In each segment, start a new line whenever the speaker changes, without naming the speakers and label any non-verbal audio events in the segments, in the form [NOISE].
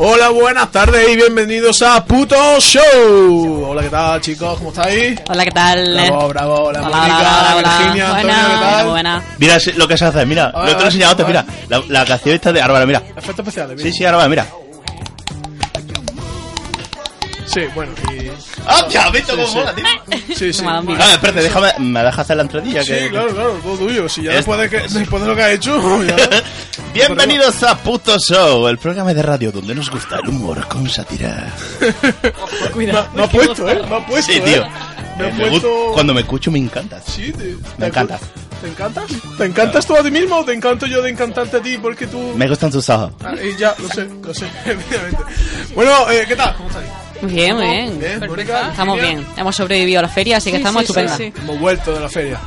Hola, buenas tardes y bienvenidos a Puto Show. Hola, ¿qué tal, chicos? ¿Cómo estáis?
Hola, ¿qué tal?
Bravo, bravo. Hola,
Hola,
Mónica,
hola, hola, hola.
Virginia, Antonio, ¿qué
Buena,
tal?
buena.
Mira si- lo que se hace, mira,
Ah,
lo que
ah,
he enseñado antes,
ah.
mira, la, la canción esta de Árbara, mira.
Efectos especiales,
Sí, sí, Árbara, mira.
sí. bueno, y...
¡Ah, ya, visto
cómo mola, tío? Sí, sí.
Me ha dado un
Ah, espérate, déjame, me dejas hacer la entradilla que...
Sí, claro, claro, todo tuyo. Si ya
Esta.
después de, que, después de lo que has hecho, [LAUGHS] ya...
[LAUGHS] Bienvenidos a Puto Show, el programa de radio donde nos gusta el humor con sátira.
No, no ha puesto, ¿eh? No ha puesto,
Sí,
¿eh?
tío.
Me
Eh,
ha
me gust-
puesto...
Cuando me escucho me encanta.
Sí, te,
Me encanta.
¿Te encantas? ¿Te encantas tú a ti mismo o te encanto yo de encantarte a ti porque tú...
Me gustan tus ojos.
Ah, y ya, lo sé, lo sé, [LAUGHS] evidentemente. Bueno, eh, ¿qué tal? ¿Cómo estáis?
Muy bien, muy bien.
Bien, Mónica.
Estamos
Virginia.
bien. Hemos sobrevivido a la feria, así que estamos estupendas.
Hemos vuelto de la feria.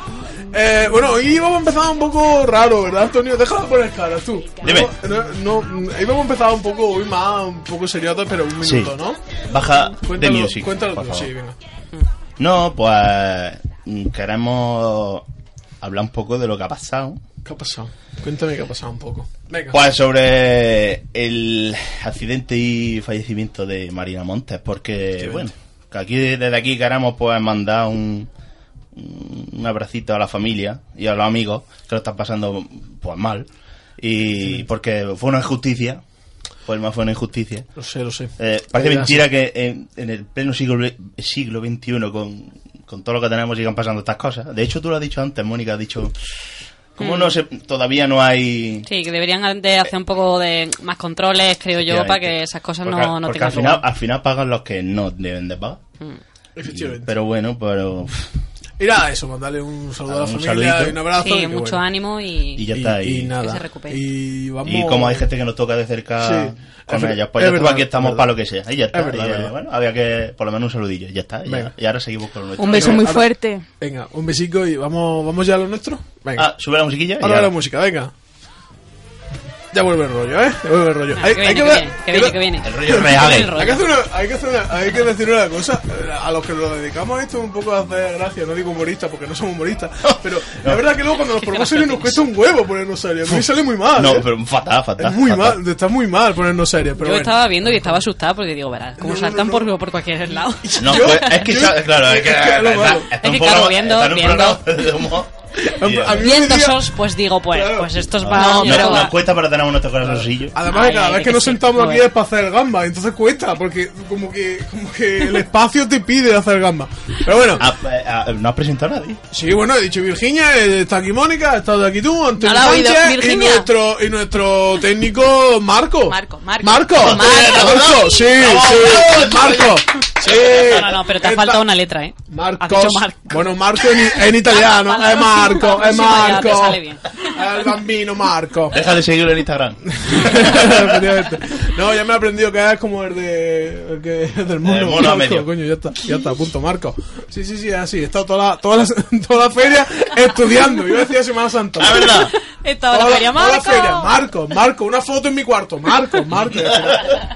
Eh, bueno, hoy íbamos a empezar un poco raro, ¿verdad, Antonio? Déjame poner cara, tú.
Dime.
No, no, no, íbamos a empezar un poco, hoy más, un poco serioto, pero un
Sí.
minuto, ¿no?
Baja de
Cuéntalo,
music.
cuéntalo
por
tú,
favor.
sí, venga.
No, pues mm, queremos hablar un poco de lo que ha pasado.
¿Qué ha pasado? Cuéntame qué ha pasado un poco. Venga.
Pues sobre el accidente y fallecimiento de Marina Montes, porque bueno, que aquí desde aquí queremos pues mandar un, un abracito a la familia y a los amigos que lo están pasando pues mal y porque fue una injusticia, fue más fue una injusticia.
Lo sé, lo sé.
Eh, parece
Ya,
mentira que en, en el pleno siglo, siglo XXI, con, con todo lo que tenemos, sigan pasando estas cosas. De hecho, tú lo has dicho antes, Mónica, has dicho, ¿cómo no se, todavía no hay...
Sí, que deberían de hacer un poco de más controles, creo yo,
Efectivamente.
para que esas cosas
Porque-
no, no
porque al
tengan
final,
lugar.
al final pagan los que no deben de pagar.
Efectivamente.
Pero bueno, pero... pff,
Irá a eso, mandarle un saludo a la
Un
familia
saludito.
y un abrazo. y
Sí,
que
mucho
bueno.
ánimo y...
Y ya
Y-
está.
Y,
Y,
nada.
Que se recupere.
Y vamos.
y como hay gente que nos toca de cerca
Sí. Es
con
ver-
ellas, pues
es
ya está,
verdad,
aquí estamos
es
para lo que sea. Y ya está.
Es verdad, es
y, eh,
verdad.
bueno, había que, por lo menos un saludillo, ya está. y ya-
Venga.
y ahora seguimos con lo nuestro.
Un beso
Venga,
muy
ahora-
fuerte.
Venga, un besico y vamos, vamos ya a lo nuestro. Venga.
Ah, sube la musiquilla. y
Ahora
ahora-
la música, venga. Ya vuelve el rollo, ¿eh? Ya vuelve el rollo.
Ah, que viene, que
ver-
viene, que viene, que viene.
El rollo real. eh.
Hay que, hacer una, hay, que hacer una- hay que decir una cosa, eh, a los que nos dedicamos a esto un poco hace gracia, no digo humoristas porque no somos
[LAUGHS]
humoristas, pero la verdad que luego cuando nos ponemos serio nos cuesta un huevo ponernos serios, a mí sale muy mal.
No,
¿eh?
pero fatal, fatal.
es muy
fatal.
mal, está muy mal ponernos serios, pero
Yo
bueno.
estaba viendo y estaba asustada porque digo, verás, como
No, no,
saltan
no,
por,
no.
por
[LAUGHS]
cualquier lado.
No,
Yo-
pues, es que,
yo-
está- claro, es que,
es que lo
está-
malo.
está
Es
en un
que,
programa-
claro, viendo-
está en un
viendo.
programa de humor.
A mí- a mí-
Y
Y,
Yo diría-
entonces, pues digo, pues,
Claro.
pues estos
no,
van...
no,
pero
nos
va-
cuesta para tener a nuestro corazoncillo.
Además,
Ay,
cada
ay,
vez
hay
que,
que
nos
ser
sentamos aquí
cruel.
es para hacer gamba, entonces cuesta, porque como que, como que
[LAUGHS]
el espacio te pide hacer gamba. Pero bueno,
Ah, eh, ah, no has presentado a nadie.
sí, bueno, he dicho Virginia, eh, está aquí Mónica, está de aquí tú, Antonio
No la he oído,
Sánchez, y
Virginia.
nuestro, y nuestro técnico Marco.
Marco, Marco.
Marco,
Marco.
Marco, sí, sí, Marco, sí.
No, no, no, pero te ha
Esta-
faltado una letra, ¿eh? Has dicho
Marcos.
Marco.
Bueno, Marco en, en italiano,
Vale,
es Marco,
vale,
es
sí, vale, ya te
Marco.
sale bien.
El bambino Marco.
[LAUGHS] Deja de seguirlo en Instagram.
Efectivamente. no, ya me he aprendido que es como el de. el que es del mundo.
El mono a
Marco,
medio.
Coño, ya está, ya está, punto, Marco. Sí, sí, sí, es así. He estado toda la, toda la, toda la feria estudiando. Yo decía Semana Santa.
La
[LAUGHS]
Ah, verdad.
Estaba la
Hola,
feria,
hola,
Marco.
feria. Marco, Marco, una foto en mi cuarto, Marco, Marco.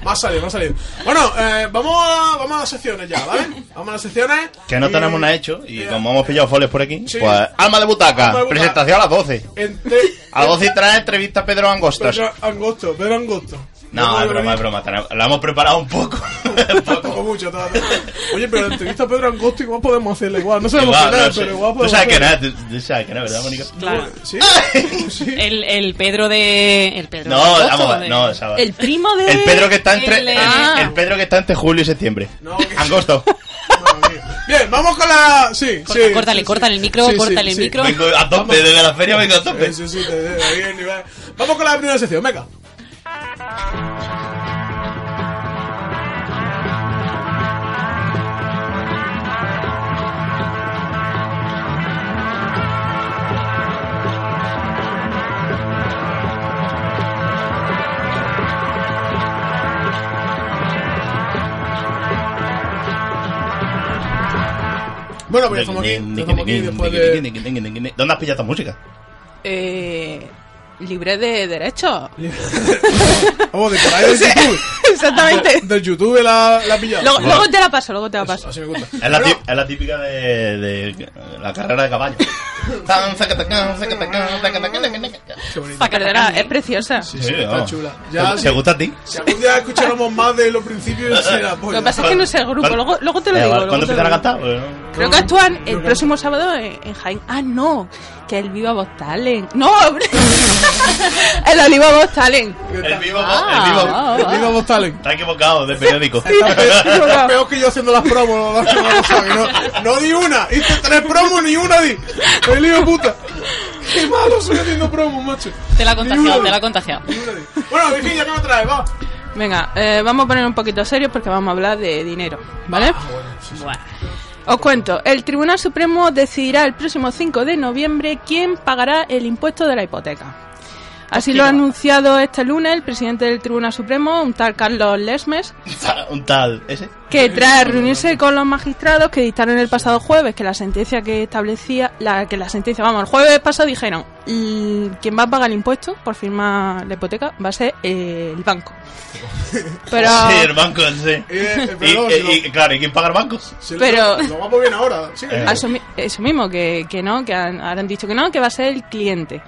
Más salido, más salido. Bueno, eh, vamos, a, vamos a las secciones ya, ¿vale? Vamos a las secciones.
Que no
Y-
tenemos nada hecho y como hemos pillado folios por aquí,
Sí.
pues alma de butaca,
Alma de butaca.
presentación a las 12.
Entre
A las 12 y trae entrevista a Pedro Angostas.
Pedro Angosto, Pedro Angosto.
No, es broma, es broma. tenemos- La hemos preparado
[LAUGHS]
un poco. [LAUGHS] Un
Tampoco
poco.
mucho, tampoco. Oye, pero la entrevista a Pedro Angosto igual podemos hacerla igual. No sabemos
Igual,
quién es,
no sé.
pero igual
Tú
podemos
sabes que
hacerla.
nada, tú tú sabes que nada, ¿verdad, Mónica?
Claro.
¿Sí?
[LAUGHS]
sí.
El, el Pedro de... El Pedro
No,
de Agosto,
vamos a ver,
de-
no, o sea,
El primo de.
El Pedro que está entre
El-
el,
ah.
el Pedro que está entre julio y septiembre.
No, que-
Angosto.
[LAUGHS] No, bien. Bien, vamos con la. Sí,
Corta-
sí,
córtale,
sí,
córtale
sí.
el micro,
Sí, sí,
córtale el
sí.
micro.
Vengo a tope desde la feria, vengo a tope.
Sí, sí, sí, te- te- ahí el nivel. Vamos con la primera sección, venga. Bueno, pues ya estamos aquí, ya estamos aquí después de...
¿Dónde has pillado esta música?
Eh, libre de derechos.
[LAUGHS] Vamos, de por ahí del YouTube.
[LAUGHS]
Exactamente.
Del YouTube la, la pillada.
Luego, luego te la paso, luego te la paso.
Así me gusta.
Es la, tip- es la típica de, de la carrera de caballo.
Qué bonito.
Cardenal, es preciosa.
Sí, sí,
vamos.
está chula. Ya,
¿Te,
si,
te gusta a ti?
si algún día escucháramos más de los principios, será
Lo que pasa es que no sé el grupo,
Vale.
luego, luego te lo
Eh,
digo.
¿Cuándo
luego te lo
empiezan a
digo.
cantar? Bueno,
Creo que actúan
Creo
el
que-
próximo sábado en, en Jaén. Ah, no, que el Viva Voz Talent. No,
[LAUGHS]
hombre. el Oliva Voz Talent.
El vivo,
Ah,
el vivo.
ah, ah.
Viva Bob Talent.
Está equivocado de
[LAUGHS]
periódico.
Está peor, está peor que yo haciendo las promos, las que no lo saben, No, no di una, hice tres promos, ni una di. El lío puta. Qué malo soy haciendo promos, macho.
Te la ha
Ni
contagiado,
una
te la
di,
ha contagiado.
ni una di. Bueno, Virginia, ¿qué me traes? Va.
Venga, eh, vamos a poner un poquito serios porque vamos a hablar de dinero, ¿vale?
Buah.
Os cuento, el Tribunal Supremo decidirá el próximo 5 de noviembre quién pagará el impuesto de la hipoteca. Así lo ha anunciado este lunes el presidente del Tribunal Supremo, un tal Carlos Lesmes,
[LAUGHS] Un tal, ¿ese?
que tras reunirse con los magistrados que dictaron el pasado jueves que la sentencia que establecía, la, que la sentencia, vamos, el jueves pasado dijeron, "Y quien va a pagar el impuesto por firmar la hipoteca va a ser eh, el banco. Pero
Sí, el banco, sí.
Eh, eh,
Y,
perdón,
y-
si lo-
y, claro, ¿y quién paga el banco?
si lo-
pero-
Lo vamos bien ahora. Sí,
Eh,
Asumi- Ah, eso mismo, que, que no, que han, ahora han dicho que no, que va a ser el cliente.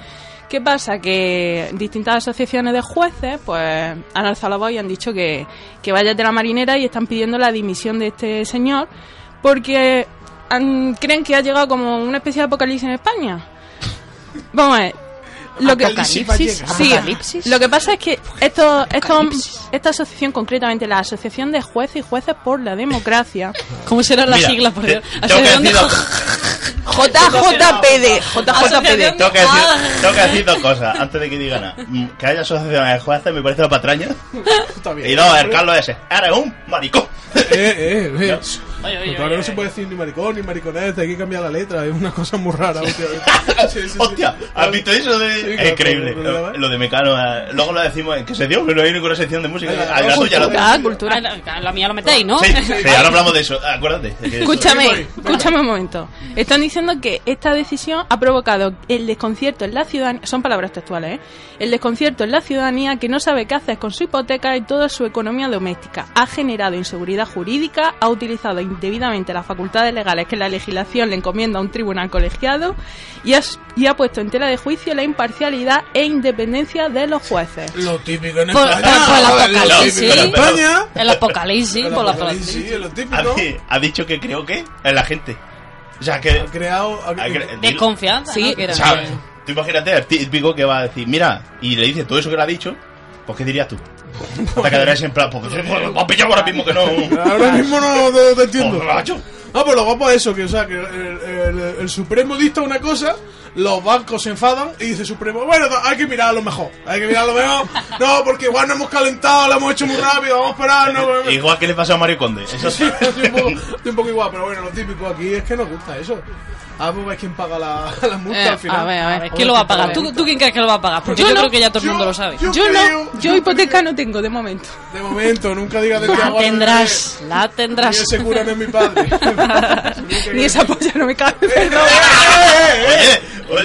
¿Qué pasa? Que distintas asociaciones de jueces pues han alzado la voz y han dicho que, que vaya de la marinera y están pidiendo la dimisión de este señor porque han- creen que ha llegado como una especie de apocalipsis en España. Vamos a ver. Lo que,
Apocalipsis va a llegar.
Sí,
Apocalipsis.
lo que pasa es que estos- estos- esta asociación, concretamente la Asociación de Jueces y Jueces por la Democracia,
¿Cómo serán las
Mira,
siglas? Por
te-
Dios.
tengo que
Asociación de
decir dos-
JJPD, JJPD.
Asociación-
Tengo que, decir,
Ah.
tengo que decir dos cosas antes de que diga nada. Mm, Que haya asociaciones de jueces me parece una patraña.
está bien.
Y dos, el Carlos ese. Eres un maricón.
Eh, eh,
[LAUGHS]
eh.
Oye, oye,
Porque
oye,
ahora no
oye.
se puede decir ni maricón ni mariconete, hay que cambiar la letra, es una cosa muy rara. últimamente.
[LAUGHS]
Sí, sí, sí.
Hostia, ¿has visto eso? De...
Sí,
es
claro,
increíble.
pero- pero-
Lo, lo de Mecano. eh, Luego lo decimos en qué sección, pero no hay ninguna sección de música.
Eh,
Ah, la
no,
tuya, la tuya.
Ah, cultura.
Ah, la- La mía lo metéis, ¿no?
Sí, sí, ahora hablamos de eso. Acuérdate. de que-
Soy
Escúchame,
Boy.
escúchame un momento. Están diciendo que esta decisión ha provocado el desconcierto en la ciudadanía, son palabras textuales, ¿eh? el desconcierto en la ciudadanía que no sabe qué hacer con su hipoteca y toda su economía doméstica. Ha generado inseguridad jurídica, ha utilizado indebidamente las facultades legales que la legislación le encomienda a un tribunal colegiado y ha, y ha puesto en tela de juicio la imparcialidad e independencia de los jueces.
Lo típico en
Por- por-
España.
por la
Lo
apocalipsis,
típico en
sí.
España.
[LAUGHS] El apocalipsis, por la
Sí,
frase.
es lo típico.
Ha, di- ha dicho que creo que es la gente. O sea, que.
Ha creado. ha-
ha cre-
Desconfianza,
Sí,
¿no? Que era-
O sea, tú imagínate al típico que va a decir, mira, y le dice todo eso que le ha dicho, pues ¿qué dirías tú? Te quedarías en plan, pues me ha pillado ahora mismo que no.
Ahora mismo no no te entiendo.
Pues, macho.
Ah, pues lo guapo es eso, que o sea, que el, el- el Supremo dicta una cosa, los bancos se enfadan y dice Supremo, bueno, no, hay que mirar a lo mejor, hay que mirar a lo mejor, no, porque igual no hemos calentado, lo hemos hecho muy rápido, vamos a parar,
[LAUGHS]
no, bueno, bueno.
Igual que le pasó a Mario Conde. Eso sí.
estoy, un poco, estoy un poco igual, pero bueno, lo típico aquí es que nos gusta eso. Ah, pues ves quién paga la, [LAUGHS] la multa
Eh,
al final.
a ver,
A ver, ¿quién lo va a pagar? ¿Tú, tú quién crees que lo va a pagar? Porque
Yo
yo,
no.
creo que ya todo el mundo
Yo-
lo sabe.
yo-
Yo
creo-
no, yo
yo
hipoteca
creo-
no tengo de momento.
De momento, nunca digas de qué
La
agua no
tendrás, la
beberé,
tendrás.
Ni ese cura no es mi padre.
Ni esa polla no me cabe.
Eh, no, eh, eh,
Oye,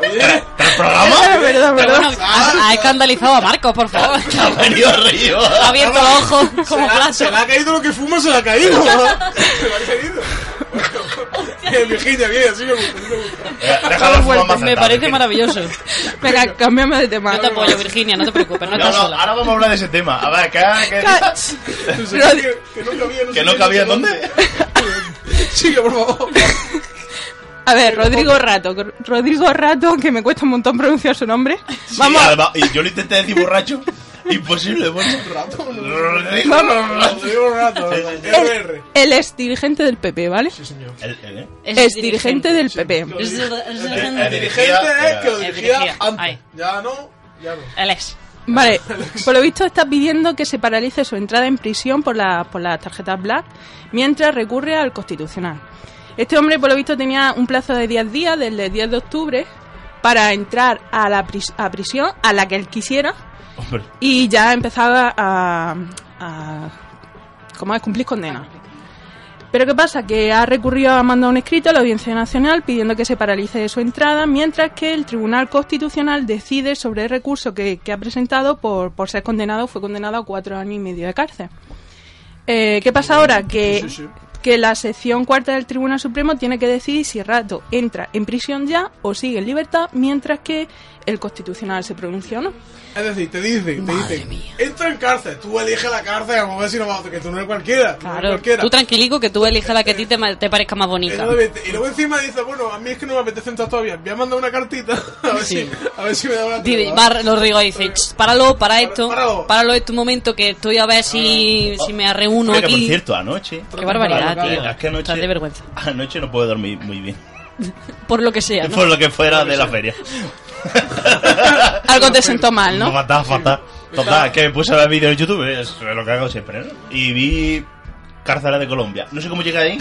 oye. ¿El programa?
Perdón, perdón,
Pero
perdón.
bueno, ha, ha escandalizado a Marcos, por favor.
[LAUGHS] Ha venido arriba.
Ha abierto los ojos como
se, la,
plato.
se le ha caído lo que fuma, se le ha caído.
[LAUGHS]
¿no? se le ha caído. Bien, Virginia, bien, así me gusta, así me gusta.
Eh, Déjalo fumar más
Me
sentado,
parece
que-
maravilloso.
Venga, cambiamos de tema.
Yo te apoyo, Virginia, no te preocupes, no
No,
estás
no,
sola.
ahora vamos a hablar de ese tema. A ver, que, que,
Cach.
Tú
Pero-
sabes Que, que no cabía, no
que
sé
no
qué,
cabía
sé
[LAUGHS]
dónde.
[LAUGHS] Sigue, por favor.
A ver, Rodrigo Rato. Rodrigo Rato, que me cuesta un montón pronunciar su nombre.
Vamos. Y, además- y yo lo intenté decir borracho. [LAUGHS] Imposible, bueno.
Rato, no.
Vamos.
Lo digo un rato. RR.
Él es dirigente del PP, ¿vale?
Sí, señor.
El, el, eh.
Es dirigente del PP.
Sí.
Es dir- es dirigente.
Eh, eh,
El dirigente es que lo
El
dirigía
dirigía.
antes.
Ahí.
Ya no, ya no.
Él es.
Vale, por lo visto está pidiendo que se paralice su entrada en prisión por la, por las tarjetas Black mientras recurre al Constitucional. Este hombre, por lo visto, tenía un plazo de 10 días, desde el 10 de octubre, para entrar a la pris- a prisión a la que él quisiera
Hombre.
y ya empezaba a, a ¿cómo es? cumplir condena. Pero ¿qué pasa? Que ha recurrido a mandar un escrito a la Audiencia Nacional pidiendo que se paralice su entrada, mientras que el Tribunal Constitucional decide sobre el recurso que, que ha presentado por, por ser condenado, fue condenado a cuatro años y medio de cárcel. Eh, ¿Qué pasa ahora? Que,
Sí, sí, sí.
que la sección cuarta del Tribunal Supremo tiene que decidir si Rato entra en prisión ya o sigue en libertad, mientras que el Constitucional se pronunció o no.
Es decir, te dicen, te
Madre
dicen,
mía.
entra en cárcel, tú eliges la cárcel, vamos a ver si no vas, que tú no eres cualquiera, tú no eres
Claro,
cualquiera.
tú tranquilico que tú eliges la que a ti te, ma- te parezca más bonita.
Exactamente. Y luego encima dice, bueno, a mí es que no me apetece entrar todavía, voy a mandar una cartita, [LAUGHS] a ver,
Sí.
si, a ver si me da una
Di-
tregua.
va- Los rigos dicen, "Ch, páralo, para esto,
páralo.
páralo este momento que estoy a ver si, si me reúno
Ah. Oye, que, por
aquí.
cierto, anoche.
Qué barbaridad,
Claro,
tío.
claro,
Es que anoche.
Estás de vergüenza.
Anoche no pude dormir muy bien.
Por lo que sea, ¿no?
[LAUGHS] Por lo que fuera de la feria.
[LAUGHS]
Algo te sentó mal,
No,
¿no?
mataba [LAUGHS] fatal. Total, que me puse a ver vídeos en YouTube, es lo que hago siempre, ¿no? Y vi cárceles de Colombia. No sé cómo llegué ahí.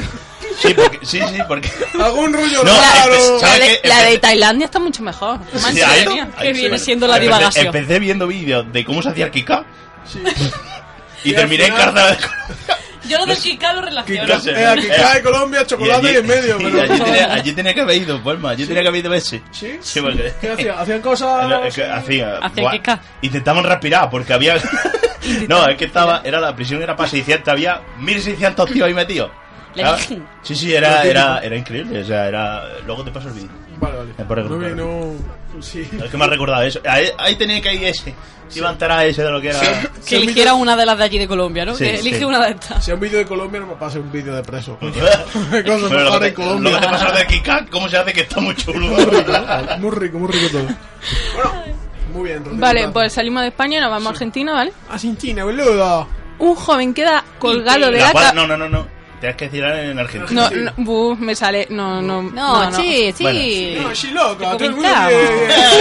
Sí, porque, sí, sí, porque...
Algún rollo
No,
raro.
es que-
La
¿sabes
de,
qué?
la de
Empe-
Tailandia está mucho mejor. Madre
Sí, ahí-
mía.
ahí
que
sí,
viene
bueno.
siendo la
Empecé-
divagación.
Empecé, viendo vídeos de cómo se hacía el kika
Sí.
[LAUGHS] y,
Y al
terminé en
final-
cárcel de Colombia.
Yo lo del Kika lo relaciono.
Kika se-
Eh, aquí cae Colombia, chocolate y, en medio,
y
pero...
allí tenía, allí tenía que haber ido, Palma. Allí tenía que haber ido ese.
¿Sí?
Sí, porque...
¿Qué hacían? ¿Hacían cosas...?
[LAUGHS] No, es que hacía,
Hacía
buah,
kika.
intentaban respirar porque había no es que estaba era la prisión era para 600 había 1600 tíos ahí metidos
La
Claro.
Virgen.
sí sí era era era increíble o sea era luego te paso el vídeo
Vale, vale.
Eh, por el
no
grupo,
vino... Sí.
es que me ha recordado eso ahí, ahí tenía que ir ese si iba a entrar ese de lo que era [LAUGHS]
Que eligiera una de las de allí de Colombia, ¿no?
Sí,
que
sí.
elige una de estas.
Si es un vídeo de Colombia, no me pase un vídeo de preso. coño. Qué
Pero
cosas pasan
lo, que
en
te, lo que te
Colombia.
pasa de Kika, ¿cómo se hace que está muy chulo?
Muy rico, ¿eh? muy rico, muy rico todo. Bueno, muy bien. Rodrigo.
Vale, pues salimos de España y nos vamos a Argentina, ¿vale?
Argentina, boludo.
Un joven queda colgado de la
La pala-
ca-
no, no, no, no. Tienes que decir en Argentina.
No,
[LAUGHS]
no, buh, me sale. No, no.
No, sí, sí.
Bueno, sí.
No, sí, loco.
Te
todo el mundo
comentamos.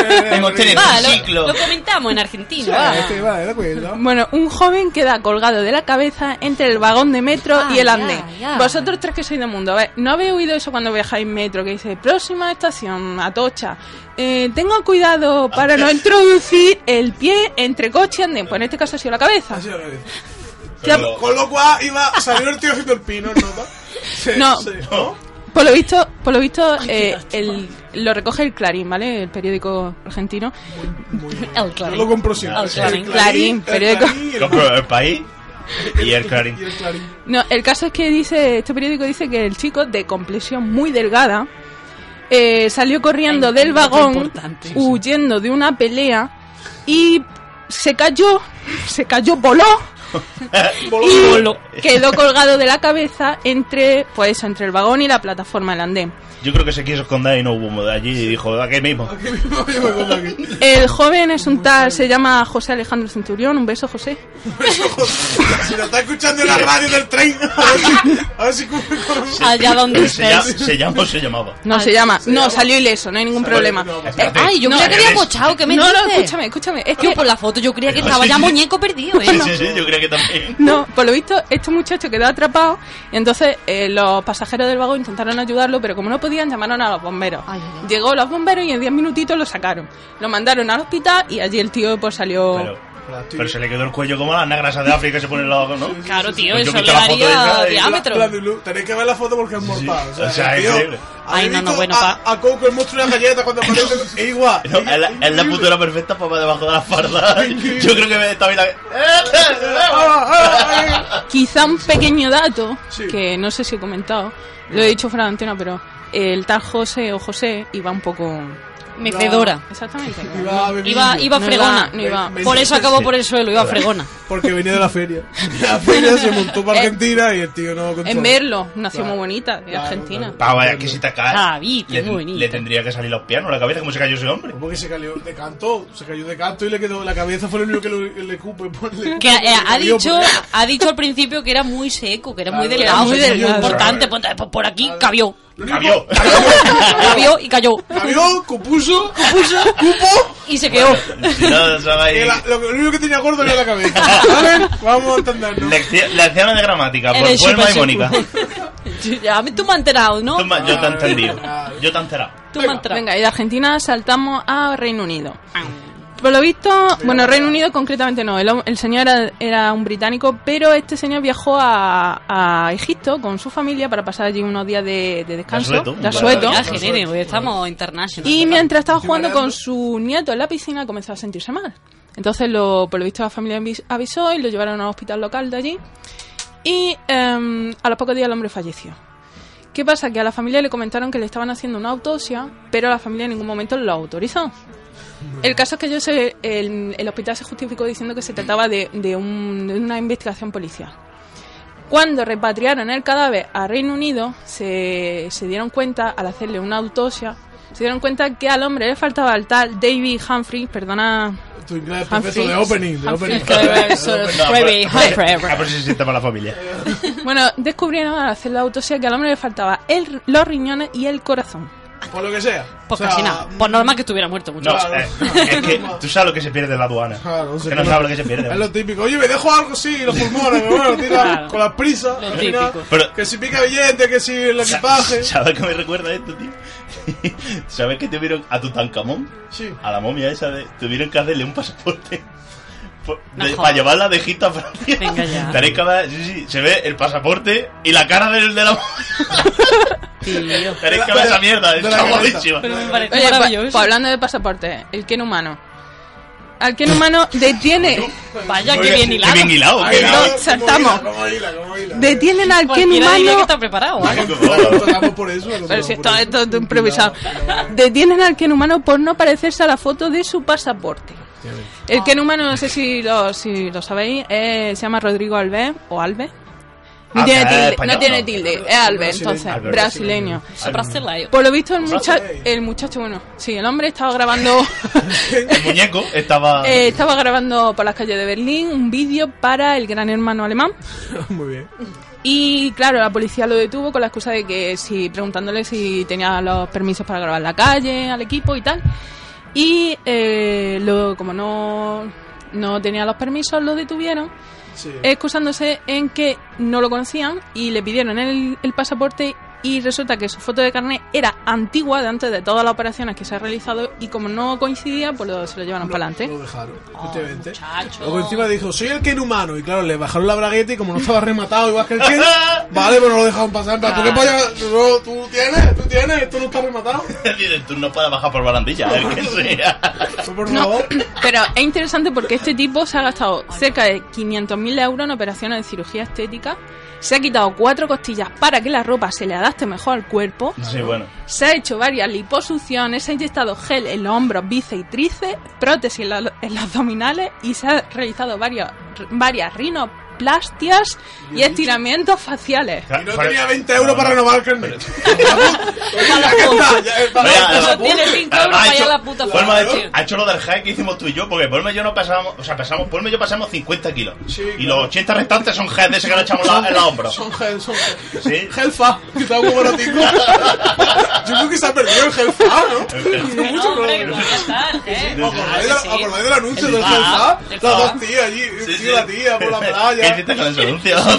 quiere-
Tengo tres.
Va,
Un
lo,
ciclo.
lo comentamos en Argentina.
Sí,
va.
este, vale, de acuerdo.
Bueno, un joven queda colgado de la cabeza entre el vagón de metro
Ah,
y el
ya,
andén.
ya.
Vosotros tres que sois del mundo, a ver, ¿no habéis oído eso cuando viajáis en metro? Que dice, próxima estación, Atocha. Eh, tengan cuidado
[LAUGHS]
para no introducir el pie entre coche y andén. Pues en este caso ha sido la cabeza.
Ah,
Así otra vez.
¿Qué ha-
Pero-
Con lo cual iba, salió el tío haciendo el pino,
[LAUGHS]
¿no? Sí,
No.
sí.
¿No?
Por lo visto, por lo visto eh, el- lo recoge el Clarín, ¿vale? El periódico argentino.
Muy bien.
El
Yo
Clarín.
lo compro siempre.
El Clarín.
Clarín,
el
periódico.
Clarín, el-
Compro el país y el Clarín.
[LAUGHS] Y el Clarín.
No, el caso es que dice, este periódico dice que el chico de complexión muy delgada eh, salió corriendo
Ay,
del
un dato
vagón
importante. Sí, sí.
huyendo de una pelea y se cayó, [LAUGHS] se cayó, voló y
Voló.
quedó colgado de la cabeza entre, pues eso, entre el vagón y la plataforma del andén.
Yo creo que se quiso esconder y no hubo de allí y dijo, aquí mismo.
Aquí mismo, yo me acuerdo aquí.
El joven es un tal, se llama José Alejandro Centurión, un beso José.
Si lo está escuchando en la radio del tren, a ver si, a ver si cumple con
Allá donde
Se, llama,
estés.
se llama o se llamaba.
No,
Ay,
se llama, no, salió ileso, no hay ningún problema.
no,
espérate.
Ay, yo
No,
creía que había
eres-
mochado, que me
No, no,
dices?
escúchame, escúchame, es que
Yo por la foto yo creía que
No,
estaba
sí,
ya
sí.
muñeco perdido,
[LAUGHS] Sí,
¿eh?
sí, sí, yo creo que también.
[LAUGHS] No, por lo visto, este muchacho quedó atrapado y entonces eh, los pasajeros del vagón intentaron ayudarlo, pero como no podían, llamaron a los bomberos.
Ay, ay, ay.
Llegó los bomberos y en 10 minutitos lo sacaron. Lo mandaron al hospital y allí el tío pues salió...
Pero, pero se le quedó el cuello como las negras de África que se ponen los ojos, ¿no?
Claro, tío,
Pues yo
eso le
quito la foto
daría
esa y-
diámetro.
La- la de Lu- Tenéis que ver la foto porque es mortal.
Sí. O sea, es increíble.
Ay, no, no, bueno,
a, a Coco el monstruo de las galletas cuando
[LAUGHS]
aparece. Es igual.
No, es la, es la putura perfecta para debajo de la farda. Yo creo que me está bien la...
Ah, ah, ah.
Quizá un pequeño dato,
Sí.
que no sé si he comentado, lo he dicho fuera de antena, pero el tal José o José iba un poco...
Mecedora.
Exactamente.
[LAUGHS] Iba a beber
Iba,
vino,
iba
No
fregona.
iba, no iba.
Por eso acabó
Sí.
por el suelo, iba fregona.
Porque venía de la feria. [LAUGHS] La feria se montó
[LAUGHS] Eh,
para Argentina y el tío no controla.
En verlo, nació
Claro.
muy bonita, de
Claro,
Argentina.
claro.
Ah, vaya, que si te cae...
Javi, Ah, qué
le,
bonito.
le tendría que salir los pianos a la cabeza como se cayó ese hombre.
Porque se cayó de canto, se cayó de canto y le quedó la cabeza, fue lo único que le, le cupe. [LAUGHS] por- le-
Que eh,
le
ha
cayó
dicho,
por-
pues-
ha dicho al principio que era muy seco, que era muy
Claro,
delgado.
que era muy
que era
delgado.
importante, pues, entonces, pues, por aquí cabió.
Lo único-
¡Cabió!
[LAUGHS]
Cabió y cayó.
Cabió, compuso, compuso, cupo.
Y se quedó.
Si no, sabéis...
Que la- lo, lo único que tenía gordo era la cabeza. ¿Vale? Vamos a entendernos.
Lección- Lecciones de gramática por
Eres
Juanma y
súper [LAUGHS]
Mónica.
ya me- tú me has enterado, ¿no?
Tú me- Yo te he entendido. Yo te he enterado.
Tú me has enterado.
Venga, y de Argentina saltamos a Reino Unido. Por lo visto, bueno, Reino Unido concretamente no, el, el señor era, era un británico, pero este señor viajó a, a Egipto con su familia para pasar allí unos días de, de descanso,
asueto,
de
vale.
asueto.
Pues Ya, genere, hoy estamos international.
Y mientras estaba jugando
Estoy
con su nieto en la piscina, comenzó a sentirse mal. Entonces, lo, por lo visto, la familia avis- avisó y lo llevaron a un hospital local de allí. Y em, a los pocos días el hombre falleció. ¿Qué pasa? Que a la familia le comentaron que le estaban haciendo una autopsia, pero la familia en ningún momento lo autorizó. El caso es que yo sé, el, el hospital se justificó diciendo que se trataba de, de un- de una investigación policial. Cuando repatriaron el cadáver a Reino Unido, se, se dieron cuenta, al hacerle una autopsia, se dieron cuenta que al hombre le faltaba el tal David Humphrey, perdona, [LAUGHS]
Tu inglés es
Humphrey-
perfecto de opening, de
[LAUGHS]
Humphrey-
opening.
Forever, sort of forever,
A
forever.
ver si se sienta para la familia.
bueno, descubrieron al hacer la autopsia que al hombre le faltaba el, los riñones y el corazón.
Por lo que sea.
Pues
O sea,
casi nada. Por normal que estuviera muerto,
No,
muchacho.
eh, es que tú sabes lo que se pierde en la aduana.
Claro,
Es
sí,
que no
claro.
sabes lo que se pierde.
Es lo típico. Oye, me dejo algo, sí, los pulmones, pero bueno, tira
Claro.
con las prisas.
Lo
al final.
típico.
Pero-
Que si pica billete, que si el equipaje.
[LAUGHS] ¿Sabes qué me recuerda esto, tío? [LAUGHS] ¿Sabes que tuvieron a Tutankamón?
Sí.
A la momia esa de... Tuvieron que hacerle un pasaporte por-
No
de-
jodas.
para llevarla de Egipto a Francia.
Venga ya.
Tenéis que ver- sí, sí, se ve el pasaporte y la cara del de la [LAUGHS] momia.
Tío.
Tenéis que
De la-
ver esa mierda,
de la
está
cabeza.
buenísima.
Pero me parece
Oye, pa-
maravilloso.
pa- hablando de pasaporte, el Ken humano. Al Ken humano [LAUGHS] detiene,
Vaya,
Oye,
qué bien hilado.
Qué bien hilado, qué
Ahí,
bien
no,
ahí,
saltamos.
Como hila, como Ah, hila. como hila.
detienen al Ken
Cualquiera diría que
humano.
está preparado. ¿eh?
Lo tocamos por eso. lo
Pero
tocamos
si
por
esto
eso.
esto es todo improvisado. Detienen al Ken humano por no parecerse a la foto de su pasaporte. El Ken humano, no sé si lo, si lo sabéis, eh, se llama Rodrigo Alves o Alves. No
Ah,
tiene
es
tilde,
español,
no tiene
no.
tilde, es Alves,
Brasileño.
entonces,
Alves,
brasileño.
Eso brasileño.
Por lo visto, el, mucha-
Brasileño.
el muchacho, bueno, sí, el hombre estaba grabando [LAUGHS]
El muñeco estaba...
eh, estaba grabando por las calles de Berlín un vídeo para el gran hermano alemán.
Muy bien.
Y claro, la policía lo detuvo con la excusa de que si preguntándole si tenía los permisos para grabar la calle, al equipo y tal. Y eh, lo, como no, no tenía los permisos, lo detuvieron,
Sí.
Eh, excusándose en que no lo conocían y le pidieron el, el pasaporte y resulta que su foto de carnet era antigua de antes de todas las operaciones que se ha realizado y como no coincidía, pues lo- se lo llevaron para adelante.
Lo
Oh,
dejaron, efectivamente.
muchacho.
Luego encima dijo, soy el Ken humano. Y claro, le bajaron la bragueta y como no estaba rematado igual que el
[LAUGHS]
Ken, vale, pues no lo dejaron pasar. En plan, ¿Tú qué polla? No, tú tienes, tú tienes, esto no está rematado.
[LAUGHS] Dice, tú no puedes bajar por barandilla,
[LAUGHS]
el que sea.
Tú, Pues, Por
[LAUGHS]
favor.
Pero es interesante porque este tipo se ha gastado cerca de 500.000 euros en operaciones de cirugía estética. Se ha quitado cuatro costillas para que la ropa se le adapte mejor al cuerpo.
Sí, bueno.
Se ha hecho varias liposucciones, se ha inyectado gel en los hombros, bíceps y tríceps, prótesis en, la- en los abdominales y se ha realizado varios, varias rinoplastias y estiramientos faciales.
Y no tenía 20 euros para renovar el carnet.
Para
[LAUGHS] Ya
la
está, ya, eh, para-
Oiga,
para-
eso tiene cinco euros para allá la puta
Polma ha
puta,
hecho,
tío.
ha hecho lo del high que hicimos tú y yo, porque Polma y yo no pasamos, o sea, pasamos, Polma y yo pasamos 50 kilos.
Sí,
y
claro.
los 80 restantes son head de ese que le echamos la- en los hombros. [LAUGHS]
Son gel, son gel.
Sí.
Gelfa, que está muy baratico.
[LAUGHS]
Yo creo que se ha perdido el gelfa, ¿no?
No, hombre, que podía estar, ¿eh?
¿Os acordáis de-
Ah, sí,
os acordáis del anuncio
El
del
fa,
gelfa?
el
Las
fa.
dos tías allí, el
Sí,
tío y
sí.
la tía
[LAUGHS]
por la
¿Qué
playa.
hiciste con ese anuncio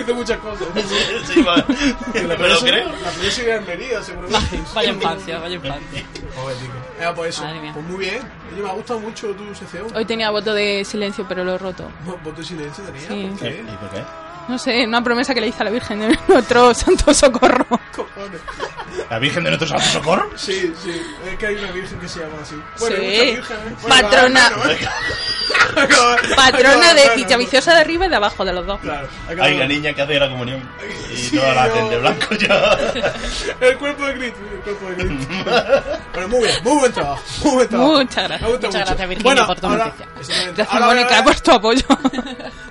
[LAUGHS] Hice muchas cosas.
[LAUGHS] sí, va.
Que la
¿Me lo
presa-
crees?
La presa iba en Almería, seguramente.
sí. Vaya infancia, vaya infancia.
Joder, tío. Eh, pues eso.
Madre mía.
Pues muy bien. Oye, me ha gustado mucho tu sección.
Hoy tenía voto de silencio, pero lo he roto.
Bo- Voto de silencio tenía.
Sí.
¿Por qué?
¿Y por qué?
No sé, una promesa que le hice a la Virgen de nuestro santo socorro.
[LAUGHS] Cojones.
¿La Virgen de nuestro Santo Socorro?
Sí, sí. Es que hay una virgen que se llama así.
Sí.
hay muchas virgenes.
Patrona-
va, bueno, ¿eh?
Patrona
Bueno,
de
bueno,
Villaviciosa de arriba y de abajo de los dos.
Claro. acabamos.
Hay una niña que hace la comunión. Y
Sí,
toda la
yo-
tende blanco yo.
[LAUGHS] El cuerpo de Cristo. El cuerpo de Cristo. Pero muy bien, muy buen trabajo. Muy buen trabajo.
Muchas gracias.
Me gusta
Muchas
mucho.
gracias, Virginia,
bueno,
por tu
ahora-
noticia.
exactamente.
Gracias,
Ahora voy a
Mónica,
ver
por tu apoyo.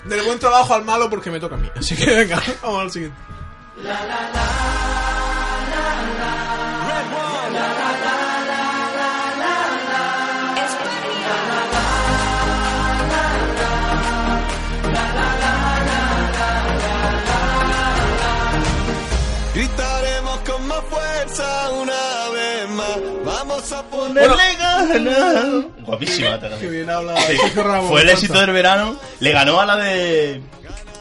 Del buen trabajo al malo porque me toca a mí. Así que venga, [LAUGHS] vamos al siguiente.
Gritaremos con más fuerza una vez más. Vamos a poner.
Ponerle ganas. Guapísima, te lo digo.
Que bien habla
Sí.
Sergio Ramos.
Fue el
me
éxito
encanta.
del verano. Le ganó a la de.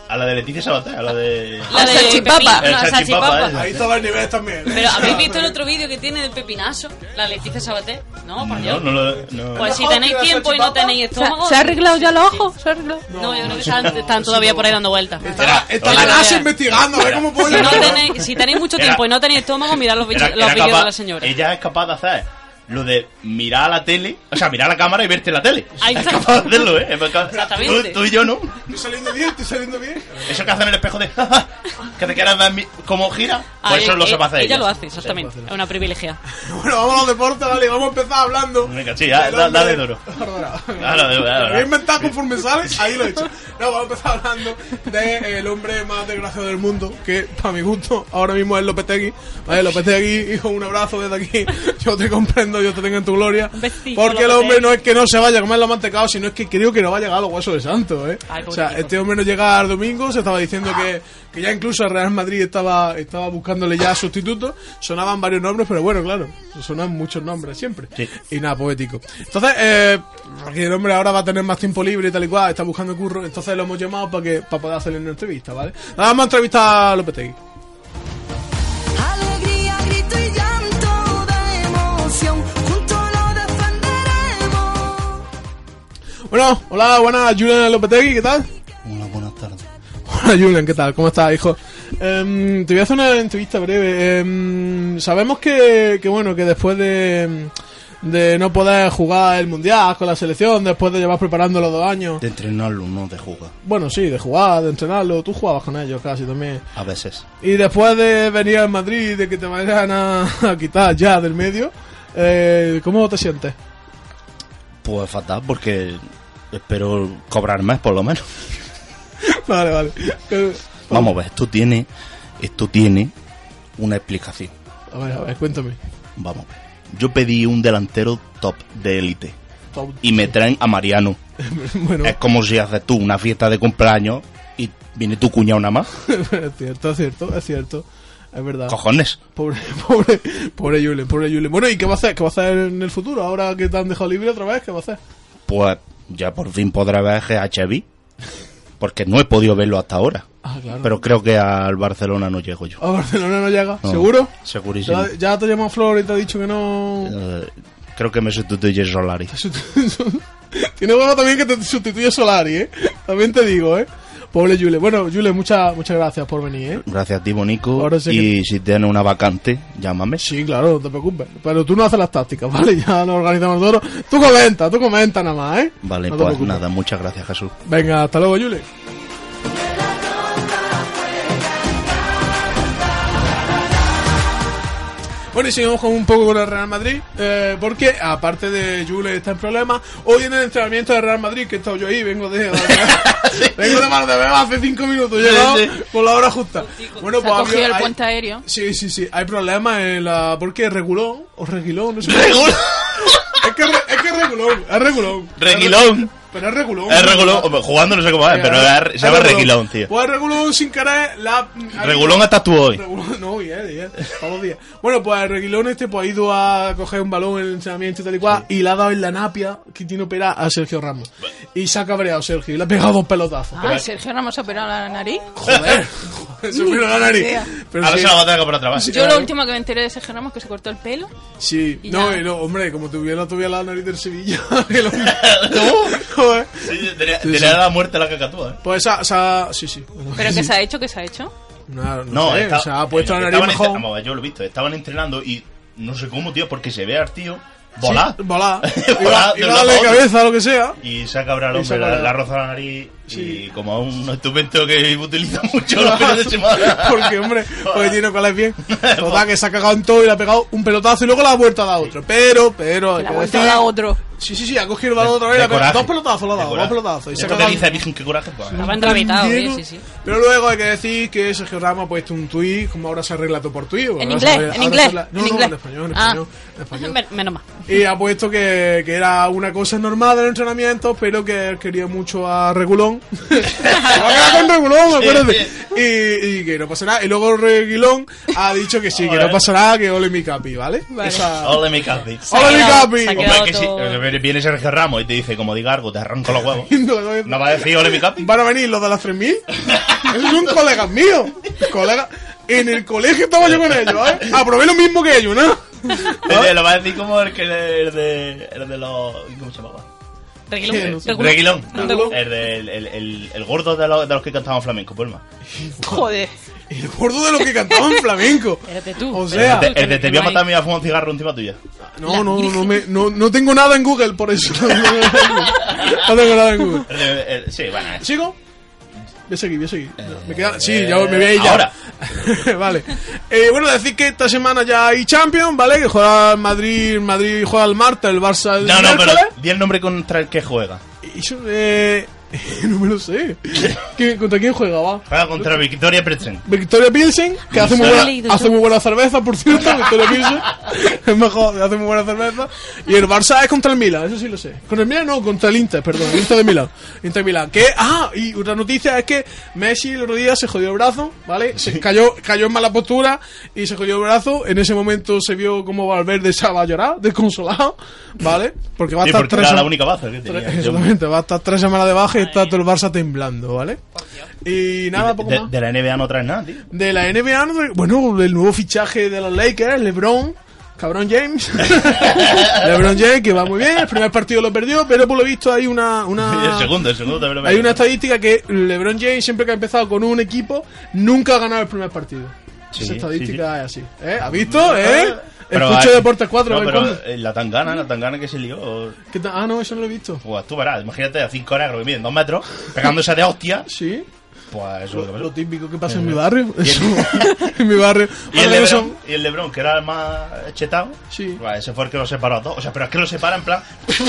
A la de Leticia Sabater, a la de.
La de
salchipapa.
pepino,
El
la
salchipapa,
salchipapa.
esa.
Ahí estaba el nivel también. ¿eh?
Pero ¿habéis visto el otro vídeo que tiene del pepinazo? La Leticia Sabater. No, por
No,
Dios.
no lo. No.
Pues si
¿La
tenéis
otra, la
tiempo y no
salchipapa?
tenéis
[LAUGHS] ¿Se,
estómago.
se ha arreglado ya los ojos? ¿Se ha arreglado?
No, yo creo que están, están todavía por ahí dando vueltas.
Está, está
Oye,
la NASA
oye.
investigando, a ver cómo
Si,
puede.
no tenéis, si tenéis mucho
Era-
tiempo y no tenéis estómago, mirad los, bichos-
Era-
los
era
vídeos de
capaz-
la señora.
Ella es capaz de hacer lo de mirar a la tele, o sea, mirar a la cámara y verte la tele.
Ahí
es
está.
capaz de hacerlo, ¿eh? Es capaz-
Exactamente.
Tú, tú y yo no.
Estoy saliendo bien, estoy saliendo bien.
Eso que hacen en el espejo de. [LAUGHS] "Ja, ja", que te quieras ver mi- cómo gira,
Ah,
pues eso
eh,
lo
eh,
se hacer.
Ella lo hace, exactamente. Es una privilegiada.
Bueno, vamos a los deportes, dale, vamos a empezar hablando.
Venga, sí, ah,
Del
da-
hombre-
dale duro.
Perdona.
Claro, de verdad, de
Lo voy a
verdad.
inventar conforme sale, ahí lo he hecho. No, vamos a empezar hablando del hombre más desgraciado del mundo, que para mi gusto ahora mismo es Lopetegui. Vale, Lopetegui, hijo, un abrazo desde aquí. Yo te comprendo, yo te tengo en tu gloria.
besito,
Porque el
Lopetegui.
hombre no es que no se vaya a comer los mantecados, sino es que creo que no va a llegar a los huesos de santo, ¿eh?
Ay,
o sea,
pobrecito.
este hombre no llega al domingo, se estaba diciendo que, que ya incluso el Real Madrid estaba, estaba buscándole ya sustituto. Sonaban varios nombres, pero bueno, claro, sonan muchos nombres siempre.
Sí.
Y nada, poético. Entonces, eh, porque el hombre ahora va a tener más tiempo libre y tal y cual, está buscando curro, entonces lo hemos llamado para que para poder hacerle una entrevista, ¿vale? Nada, Vamos a entrevistar a Lopetegui.
Alegría, grito y llanto de emoción, juntos lo defenderemos.
Bueno, hola, buenas, Julian Lopetegui, ¿qué tal?
Una buena tarde.
Hola Julian, ¿qué tal? ¿Cómo estás, hijo? Em, te voy a hacer una entrevista breve. Em, sabemos que, que, bueno, que después de, de no poder jugar el Mundial con la selección, después de llevar preparando los dos años...
De entrenarlo, no de jugar.
Bueno, sí, de jugar, de entrenarlo, tú jugabas con ellos casi también.
A veces.
Y después de venir al Madrid, de que te vayan a, a quitar ya del medio, eh, ¿cómo te sientes? [LAUGHS]
Pues fatal, porque espero cobrar más, por lo menos.
vale, vale. Eh,
Vamos a ver, esto tiene, esto tiene una explicación.
A ver, a ver, cuéntame.
Vamos a ver. Yo pedí un delantero top de élite y me traen a Mariano.
[LAUGHS] Bueno,
Es como si haces tú una fiesta de cumpleaños y viene tu cuñado nada más.
[LAUGHS] es cierto, es cierto, es cierto. Es verdad.
Cojones.
Pobre, [LAUGHS] pobre, pobre Julen, pobre Julen. Bueno, ¿y qué va a hacer? ¿Qué va a hacer en el futuro? Ahora que te han dejado libre otra vez, ¿qué va a hacer?
Pues ya por fin podrá ver GHB. Porque no he podido verlo hasta ahora.
Ah, claro.
Pero creo que al Barcelona no llego yo.
A Barcelona no llega,
No,
¿seguro? Ah.
Segurísimo.
Ya, ya te llamó Flor y te ha dicho que no. [LAUGHS]
Eh, creo que me sustituye Solari.
Tiene huevo también que te sustituye Solari, ¿eh? También te digo, ¿eh? Pobre Jule. Bueno, Jule, muchas muchas gracias por venir, ¿eh?
Gracias a ti, Bonico.
Ahora sí
y si tienes una vacante, llámame.
Sí, claro, no te preocupes. Pero tú no haces las tácticas, [LAUGHS] ¿vale? Ya nos organizamos todo. Tú comenta, tú comenta nada más, ¿eh?
Vale,
No te
pues
preocupes.
nada, muchas gracias, Jesús.
Venga, hasta luego, Jule. Bueno, y seguimos con un poco con el Real Madrid, eh, porque aparte de Jule está en problemas, hoy en el entrenamiento del Real Madrid, que he estado yo ahí, vengo de... [LAUGHS] vengo de Mar de Beba hace cinco minutos, he llegado por la hora justa. Bueno,
Se ha
pues
cogido el
hay-
puente aéreo.
Sí, sí, sí, hay problemas en la... Porque Regulón, o Regulón, no
[LAUGHS]
sé. es, que, re- es que es Regulón, es Regulón.
Reguilón.
Pero es Regulón.
Es regulón, hombre, jugando no sé cómo es, Ah, pero es- se llama Reguilón, tío.
Pues regulón sin querer, la.
Regulón hasta tú hoy.
Regulón, [LAUGHS] no, bien, bien, todos los días. Bueno, pues el Reguilón este pues, ha ido a coger un balón en el entrenamiento y tal y cual, y le ha dado en la napia que tiene opera a Sergio Ramos. Y se ha cabreado Sergio, y le ha pegado dos pelotazos.
Ay, Ah, Sergio Ramos ha operado la nariz. [LAUGHS]
Joder, joder, se me la nariz.
idea.
Pero
Ahora
sí,
se la va a tener que comprar otra vez.
Yo lo último que me enteré de Sergio Ramos es que se cortó el pelo.
sí.
Y
no,
ya.
y no, hombre, como tuviera, tuviera la nariz del Sevilla. [LAUGHS] que
[LAUGHS]
lo- Joder.
Sí, tenía,
Sí,
tenía
sí.
la muerte la cacatúa, ¿eh?
Pues esa, esa- sí, sí.
¿Pero qué se ha hecho? ¿Qué se ha hecho?
No, no,
No,
sé,
está- eh,
se ha puesto la nariz
estaban entre-
mejor.
vamos a ver, yo lo he visto, estaban entrenando y no sé cómo, tío, porque se ve al tío volar.
Sí,
[LAUGHS]
volar.
Volar
Y
de un
darle
lado a otro.
cabeza, lo que
[LAUGHS]
sea.
Y se ha cabrado el
Y se ha
hombre, la,
cabrado.
la roza la nariz.
Sí.
Y como un estupendo que utiliza [LAUGHS] mucho los
[LAUGHS]
fines de semana.
Porque,
[LAUGHS]
hombre, porque tiene cuál es bien. Total, que se ha cagado en todo y le ha pegado un pelotazo y luego la ha vuelto a dar otro. Pero, pero. hay
La
que
vuelta
decir-
a otro.
Sí, sí, sí, ha cogido el balón otra vez.
De
le ha pegado
coraje.
Dos pelotazos le ha
De
dado, dos
coraje.
pelotazos. Y se ha
Esto que
cagado
dice, virgen, qué coraje, pues.
Estaba enrabitado,
Diego.
eh, sí, sí.
Pero luego hay que decir que Sergio Ramos ha puesto un tuit, como ahora se arregla todo por tuit. ahora se
inglés,
arregla-
en
ahora se
inglés,
habla- No,
en
no,
inglés.
en español, en
Ah.
español, en español.
Men- Menos mal.
Y ha puesto que, que era una cosa normal del entrenamiento, pero que él quería mucho a Regulón. [LAUGHS] Va a quedar con Regulón, acuérdate. Y, y que no pasa nada. Y luego Regulón ha dicho que sí, que no pasa nada, que ole mi capi, ¿vale? Esa-
Ole mi capi.
¡Ole mi
quedado-
capi!
se ha
Hombre,
quedado
que sí, eh,
todo-
debería viene, viene Sergio Ramos y te dice, como diga algo, te arranco
[LAUGHS]
los huevos.
No, no, no.
No va a decir, ole mi
[LAUGHS]
capi.
¿Van a venir los de las 3000? Esos son colegas míos. Colega. En el colegio estaba yo con ellos, ¿eh? Aprobé lo mismo que ellos, ¿no?
Lo va a decir como el que el de, el de los. ¿Cómo se llamaba?
Reguilón.
eh, Reguilón.
Reguilón.
El, de- el, el, el- el gordo de los, de los que cantaban flamenco, Pulma.
Joder.
El gordo de los que cantaban flamenco.
Espérate tú.
O
El
sea.
de, el de te voy a
Reguilón.
matar, me voy a fumar un cigarro encima tuya.
No, no, no, me, no, no tengo nada en Google por eso. No tengo nada en Google.
El de- el- sí, bueno, es-
¿Sigo? Voy a seguir, voy a seguir. Me queda- sí,
Eh,
ya me voy a ir ya.
ahora.
[LAUGHS] vale. Eh, bueno, decir que esta semana ya hay Champions, ¿vale? Que juega el Madrid, Madrid juega el martes, el Barça el
No, no, pero
miércoles.
di el nombre contra el que juega.
Y yo, eh, [LAUGHS] no me lo sé. ¿Quién- ¿Contra quién juega, va?
Juega contra Victoria Pretren.
Victoria Pilsen, que hace muy,
Lo he
buena,
leído
hace
yo.
muy buena cerveza, por cierto, Victoria Pilsen. Es mejor, hace muy buena cerveza. Y el Barça es contra el Milan, eso sí lo sé. Contra el Milan no, contra el Inter, perdón, el Inter de Milán. Inter de Milán. Que, ah, y otra noticia es que Messi el otro día se jodió el brazo, ¿vale? Se cayó, cayó en mala postura y se jodió el brazo. En ese momento se vio como Valverde [LAUGHS] estaba a llorar, desconsolado, ¿vale? Porque va a
Sí,
estar
porque
tres
era
[LAUGHS]
la
semanas-
única baza que tenía.
tres- Exactamente, va a estar tres semanas de baja y está todo el Barça temblando, ¿vale? Y nada, poco
de,
más.
de la NBA no traes nada, tío.
De la NBA, no, de- bueno, del nuevo fichaje de los Lakers, LeBron, cabrón
[LAUGHS]
James. LeBron James, que va muy bien, el primer partido lo perdió, pero por lo visto hay una.
Y el
una
segundo, el segundo también lo
Ah. hay
veo.
una estadística que LeBron James, siempre que ha empezado con un equipo, nunca ha ganado el primer partido.
Sí,
Esa
sí,
estadística es así. ¿Eh? ¿Has visto? ¿Eh?
Pero,
Escucho
ah,
Deportes 4,
no,
a ver
pero,
cuándo.
eh, La tangana, la tangana que se lió.
¿Qué tal? Ah, no, eso no lo he visto.
Pues tú verás, imagínate a 5 horas, creo que miden 2 metros, pegándose de hostias.
Sí,
Pues eso es lo que
lo
pasó.
típico que pasa en mi barrio. Eso, [LAUGHS] en mi barrio.
Y el,
Ahora que
Lebron,
son-
y el Lebron, que era el más chetado,
Sí.
pues ese fue el que lo separó a todos. O sea, pero es que lo separa en plan. [LAUGHS]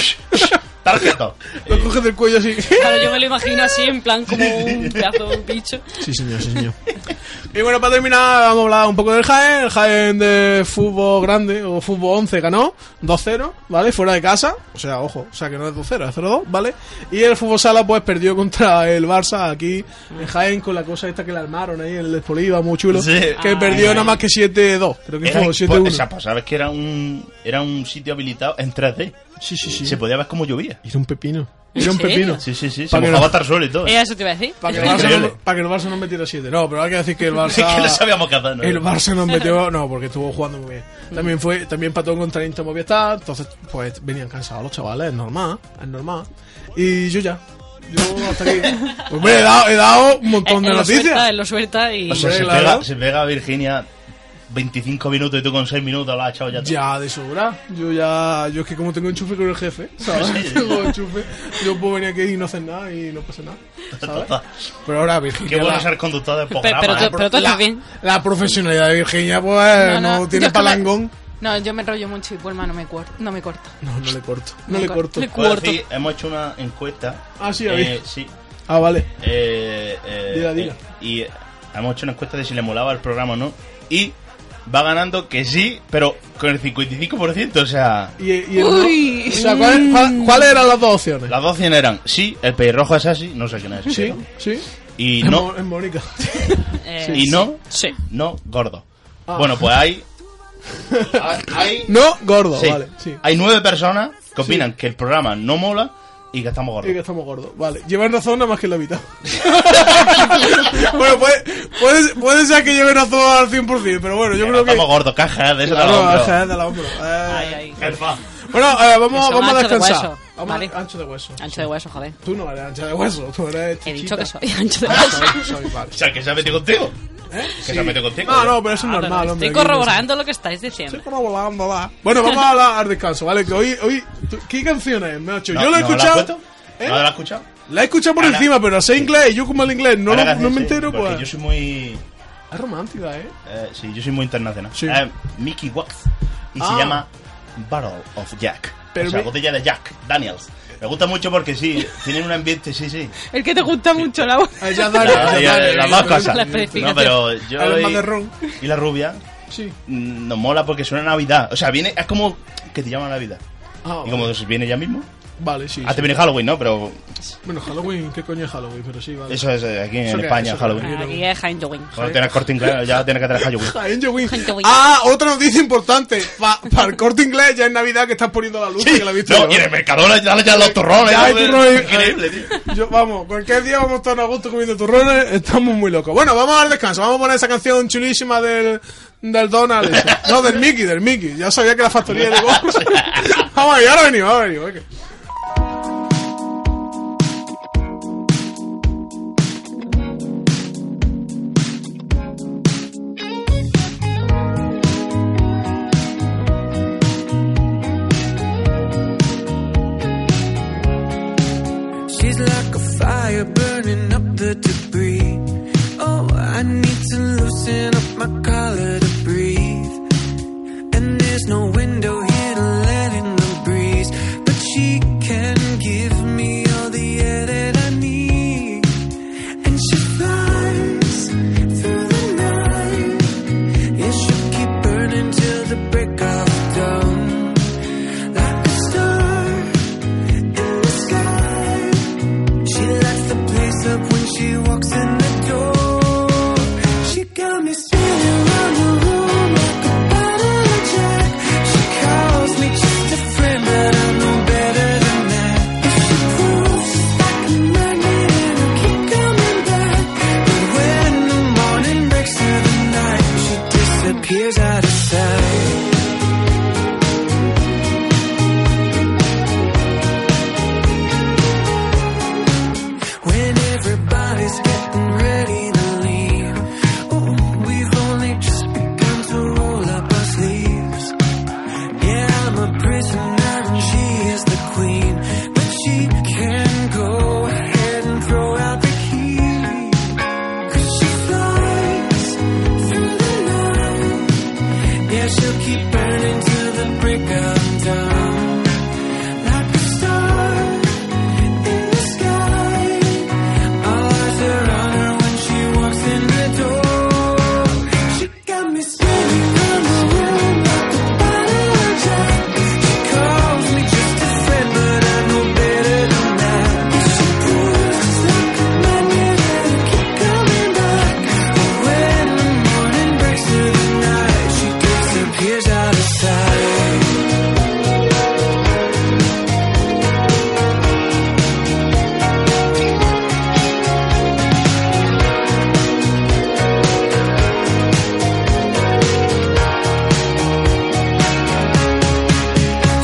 Tarjeto.
Lo coges del cuello así.
Claro, yo me lo imagino así, en plan como un pedazo de un bicho.
Sí, señor, sí, señor. [LAUGHS] y bueno, para terminar, vamos a hablar un poco del Jaén. El Jaén de fútbol grande, o fútbol 11, ganó 2-0, ¿vale? Fuera de casa. O sea, ojo, o sea que no es 2-0, es 0-2, ¿vale? Y el fútbol sala, pues perdió contra el Barça aquí en Jaén con la cosa esta que le armaron ahí, el Despoliva, muy chulo.
Sí.
Que
Ah.
perdió nada más que 7-2. Creo que
Era,
fue
pues,
7-1.
esa, pues, sabes que era un, era un sitio habilitado en 3D.
Sí, sí, sí.
Se podía ver cómo llovía.
Era un pepino. Era un
¿En serio?
pepino.
Sí, sí, sí. Se
Para que
mojaba
no-
estar solo y todo.
Eh, Eso te iba a decir.
Para que, el
Era
Barça no,
increíble.
para que el Barça no metiera 7. No, pero hay que decir que el
[LAUGHS] Sí,
Barça.
que no sabíamos qué hacer, ¿no?
El Barça nos metió, no, porque estuvo jugando muy bien. También fue, también pató contra el Inter Movistar, entonces pues venían cansados los chavales, es normal, es normal. Y yo ya, yo hasta aquí. Pues me he dado, he dado un
Él,
montón de
él Eh, lo suelta,
noticias.
él lo suelta y...
O sea, se
Claro.
pega, se pega a Virginia 25 minutos y tú con 6 minutos la has echado ya. todo.
Ya de sobra, yo ya, yo es que como tengo enchufe con el jefe, ¿sabes? tengo enchufe, yo puedo venir aquí y no hacer nada y no pasa nada, ¿sabes? Pero ahora Virginia,
Qué bueno
la,
ser conductor de
Pe-
programa.
pero,
¿eh?
tú- pero tú estás
la-
bien.
la profesionalidad de Virginia pues no, tiene
yo es que me-
palangón.
No, yo me enrollo mucho y Puelma no me, cuer- no me corta.
No, no le corto, no
Me
le
co-
corto.
le-
Puedo
cuarto.
decir, hemos hecho una encuesta.
Ah, sí,
eh,
habéis.
sí.
Ah, vale.
Eh, eh,
Dila, dila.
eh, y eh, hemos hecho una encuesta de si le molaba el programa o no. Y va ganando que sí, pero con el 55%. O sea,
Y, y el-
Uy.
o sea, ¿cuál- cuál- ¿Cuáles eran las dos opciones?
las dos 100 eran sí, el pelirrojo es así, no sé quién es.
Sí,
pero-
sí.
Y
Es
no,
Mo- es Mónica. [LAUGHS]
Eh,
y no,
Sí.
no, gordo.
Ah.
Bueno, pues hay. hay
No, gordo,
Sí.
vale. Sí.
Hay nueve personas que opinan que el programa no mola y que estamos
Y que
gordos.
estamos gordos. Vale, llevan razón nada más que la mitad. [LAUGHS] bueno, puede, puede, puede ser que lleven razón al 100%, pero bueno, yo
Que
creo que.
Estamos gordos, caja de eso
Claro,
de hombro.
ajá, de la hombro. Eh,
Ay, ay.
Jefa.
Bueno, eh, vamos,
Que son
vamos a
ancho de
descansar.
hueso,
Vamos
vale.
a, ancho de hueso.
Ancho de hueso, joder.
Tú no eres ancho de hueso, tú eres.
He dicho
chichita.
que soy ancho de
Ah,
hueso.
[LAUGHS] soy- soy,
[LAUGHS]
vale.
O sea, que se ha metido contigo.
¿Eh?
Que se ha metido contigo.
No, no, pero eso es normal,
Ahora,
hombre.
Ah, Estoy
aquí no se-
corroborando lo que estáis diciendo.
Estoy corroborando, va. Bueno, vamos a hablar al descanso, ¿vale? Que hoy, hoy, tú- ¿qué canción es, Nacho?
No,
yo lo he
¿no la has
escuchado.
puesto?
¿Eh?
¿No la has escuchado?
La he escuchado por
Ahora-
encima, pero sé inglés y yo como el inglés no,
Ahora
lo-
que
no
haces,
me
sí,
entero,
porque
pues.
Yo soy muy.
Es romántica, ¿eh?
eh, sí, yo soy muy internacional.
Sí.
Eh, Mickey Wax. Y
Ah.
se llama Battle of Jack.
Pero
o sea,
me-
botella de Jack, Daniels. Me gusta mucho porque sí, tienen un ambiente, sí, sí.
El que te gusta mucho la voz.
[LAUGHS] Ah, [LAUGHS] ya
La-
dale,
la-
ya dale.
Las más cosas.
La
No,
especificación.
pero yo.
Habla más
y-
de ron.
Y la rubia
Sí.
mm, nos mola porque suena a Navidad. O sea, viene, es como que te llama a Navidad.
Ah,
y como se viene ya mismo.
Vale, sí.
Ah,
sí.
te viene Halloween, ¿no? Pero
Bueno, Halloween, ¿qué coño es Halloween? Pero sí, vale. [LAUGHS]
eso es eh, aquí
Eso
en
que-
España,
eso que-
Halloween.
Aquí es Jaime Jowin.
Cuando tienes corte inglés, ya tienes
[LAUGHS]
que tener Halloween.
Jaén Jowin.
Jowin.
Ah, otra noticia importante. Pa- [LAUGHS] para el corte inglés ya es Navidad que estás poniendo la luz.
Sí,
que la he visto
no,
yo.
y en el Mercadona ya, ya los turrones.
Ya hay
¿no?
turrones.
Increíble, tío.
[LAUGHS] Yo, vamos, cualquier día vamos a estar a gusto comiendo turrones, estamos muy locos. Bueno, vamos al descanso, vamos a poner esa canción chulísima del, del Donald. [LAUGHS] ese. No, del Mickey, del Mickey. Ya sabía que la factoría de [LAUGHS] vos. vamos ahí, ahora venimos, ahora venimos. venga.
She's like a fire burning up the debris. Oh, I need to loosen up my collar to breathe. And there's no window here to let in the breeze. But she can give me all the air that I need. And she flies through the night. Yeah, she'll keep burning till the break of dawn. Like a star in the sky. She lights the place up when she walks in the door. She got me spinning round the room like a bottle of Jack. She calls me just a friend, but I know better than that. And she proves she's like a magnet and I keep coming back. But when the morning breaks through the night, she disappears out of sight. When everybody's getting ready to leave, oh, we've only just begun to roll up our sleeves. Yeah, I'm a prisoner and she is the queen, but she can go ahead and throw out the key. 'Cause she flies through the night. Yeah, she'll keep burning till the break of dawn, like a star in the sky. All eyes are on her when she walks in the door. She got me spinning round the room like a bottle of Jack. She calls me just a friend, but I know better than that. She pulls us like a magnet and I keep coming back. But when the morning breaks through the night, she disappears out of sight.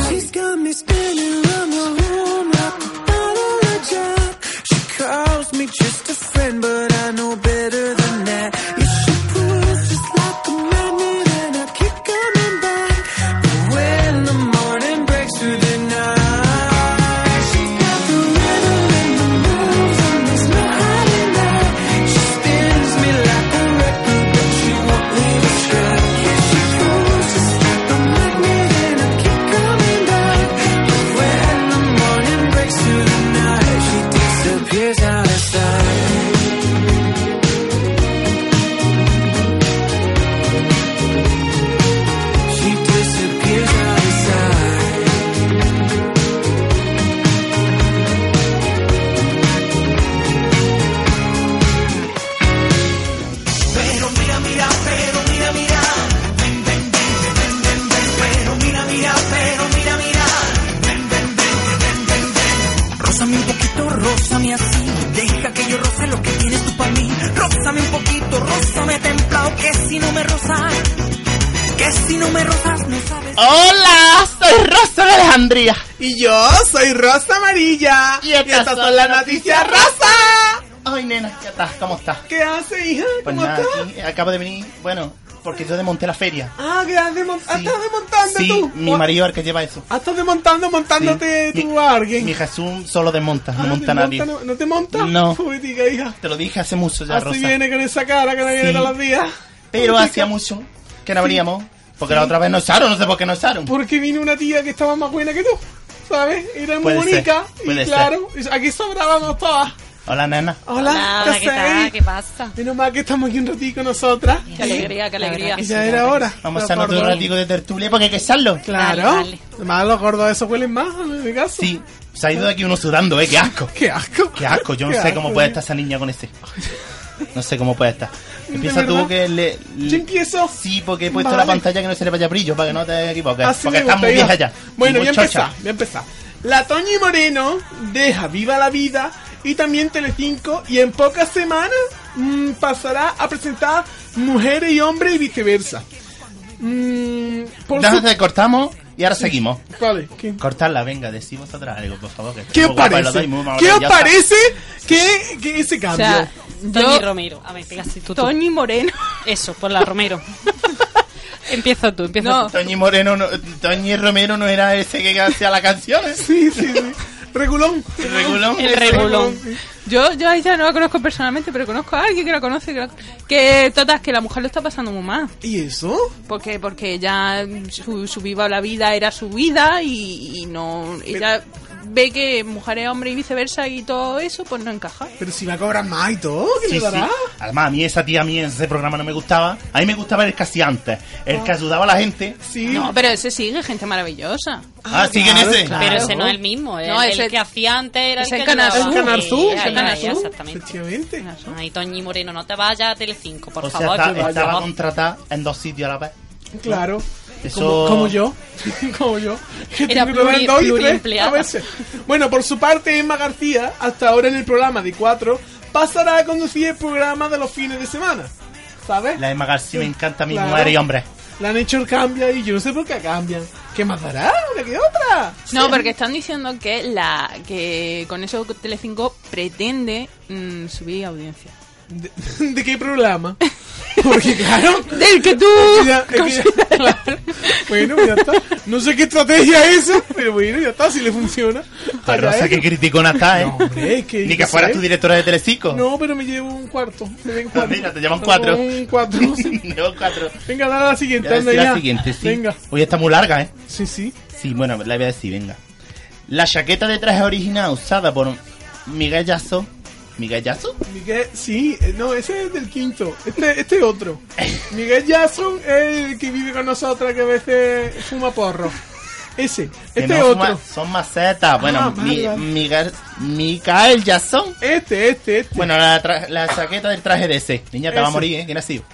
She's got me spinning round the room like a bottle of Jack. She calls me just a friend, but I know better than that. Yeah, she pulls just like a magnet, and I keep coming back. But when the morning breaks through the night, she's got the rhythm and the moves, and there's no hiding that. She spins me like a record, but she won't leave a track. Yeah, she pulls just like a magnet, and I keep coming back. But when the morning breaks through the night, she disappears out of sight. She disappears out of sight.
Rózame un poquito, rózame así. Deja que yo roce lo que tienes tú para mí. Rózame un poquito, rózame templado. Que si no me rozas, que si no me rozas, no sabes.
Hola, soy Rosa de Alejandría.
Y yo soy Rosa Amarilla.
Y estas son
las noticias rosa.
Ay, nena, ¿qué estás? ¿Cómo estás?
¿Qué hace, hija?
Pues nada, aquí acabo de venir, bueno, porque yo desmonté la feria.
Ah, que has demon-
Sí.
estás desmontando
Sí,
tú.
mi marido es el que lleva eso.
Ah, Estás desmontando,
Sí.
montándote
Mi-
tú a alguien.
Mi Jesús solo desmonta,
Ah,
no monta a nadie.
¿No, ¿no te monta?
No.
Pobretica, hija.
Te lo dije hace mucho ya,
Así
Rosa.
viene con esa cara que no viene
Sí.
todos los días.
Pero hacía mucho que no veníamos, porque la otra vez nos echaron, no sé por qué nos echaron.
Porque vino una tía que estaba más buena que tú, ¿sabes? Era muy
Puede ser,
bonita.
puede
y claro, aquí sobrábamos todas.
Hola, nana.
Hola,
Hola, ¿qué tal? ¿Qué pasa?
Menos mal que estamos aquí un ratito nosotras.
Qué alegría, qué alegría.
Y ya era hora.
Vamos a
Pero
anotar
por
un
dos.
ratico de tertulia porque hay que echarlo.
Claro.
Vale,
Además, los gordos esos huelen más, en mi caso.
Sí, se ha ido de aquí uno sudando, ¿eh? Qué asco.
Qué asco.
Qué asco, yo no
Qué
sé
asco, eh.
cómo puede
tío.
estar esa niña con ese. No sé cómo puede estar.
[LAUGHS] De
Empieza tú
verdad.
que le.
Yo empiezo.
Sí, porque he puesto
Vale.
la pantalla que no se le vaya brillo para que no te equivoques.
Así
porque
me
está
gusta,
muy
hija.
vieja ya.
Bueno,
Y
voy a
muchacha.
empezar, voy a empezar. La Toñi Moreno deja viva la vida y también Telecinco y en pocas semanas mm, pasará a presentar mujeres y hombres y viceversa. Mm, por su-
Entonces cortamos y ahora seguimos.
Vale, ¿qué?
Cortarla, venga, decís vosotras algo, por favor. Que
¿Qué os
guapa y
parece?
lo dais muy
¿Qué os
maravillosa.
parece que, que ese cambio?
O sea,
Tony
yo,
Romero. A ver, casi tú, tú.
Tony Moreno. [LAUGHS]
Eso, por la Romero. empieza tú, empieza
No.
tú.
Toñi Moreno, no, Toñi Romero no era ese que hacía la canción.
[LAUGHS]
Sí, sí, sí. Regulón.
El regulón.
El regulón.
Yo, yo a ella no la conozco personalmente, pero conozco a alguien que la conoce. Que, la- que totas, que la mujer lo está pasando muy mal.
¿Y eso?
Porque, porque ella, mm, su, su viva la vida era su vida y, y no. Ella ve que mujeres, hombres y viceversa y todo eso, pues no encaja.
Pero si va a cobrar más y todo, ¿qué
Sí,
le
sí.
dará?
Además, a mí esa tía, a mí ese programa no me gustaba. A mí me gustaba el casi antes. El que ayudaba a la gente.
Ah. Sí.
No, pero ese sigue, gente maravillosa.
Ah, sigue
claro,
en ese.
claro.
Pero ese no es el mismo. El,
No, ese-
el que hacía antes era
ese
el que
Canal
ayudaba.
Es Canal Sur,
Sí,
es
ahí,
Canal
ahí,
Sur,
Exactamente.
Efectivamente.
Ay, Toñi Moreno, no te vayas a Telecinco, por
O sea,
favor.
está-
por
estaba
favor.
contratada en dos sitios a la vez.
Claro.
Eso-
Como, como yo. [LAUGHS] como yo. Que
Era
tengo que hablar
pluri-
dos y tres
pluriempleada.
¿eh? a veces. Bueno, por su parte, Emma García, hasta ahora en el programa de cuatro, pasará a conducir el programa de los fines de semana. ¿Sabes?
La Emma García me encanta a mi
Claro.
mujer y hombre.
Le han hecho el cambio y yo no sé por qué cambian. ¿Qué más dará? ¿Una que otra?
No, porque están diciendo que la que con eso Telecinco pretende mm, subir audiencia.
¿De, de qué programa? [LAUGHS] Porque claro.
Del que tú.
Ya, es que ya- claro. Bueno, ya está. No sé qué estrategia es esa, pero bueno, ya está, si le funciona.
A
Allá
Rosa,
él.
que criticona está, ¿eh?
No, hombre, es que yo
Ni que
qué
fueras
sé.
tu directora de Telecico. [LAUGHS]
No, pero me llevo un cuarto. Me den cuatro.
Ah, mira, te llevan cuatro.
Un cuatro, no sé.
No, cuatro.
Venga, dale a la siguiente.
Voy a decir
anda
la
ya.
siguiente, sí.
Venga.
Hoy está muy larga, ¿eh?
Sí, sí.
Sí, bueno, la voy a decir, venga. La chaqueta de traje original usada por Miguel Yasso. ¿Miguel Yasso?
Miguel, sí, eh, no, ese es del quinto. Este este es otro. Miguel Jackson es el que vive con nosotras, que a veces fuma porro. Ese.
Que
Este
no
es
son ma-
otro.
son macetas. Bueno,
Ah,
mi-
vale.
Miguel, Miguel Yasso.
Este, este, este.
Bueno, la, tra- la chaqueta del traje de ese. Niña, te va a
Ese.
morir, ¿eh? ¿Quién ha sido?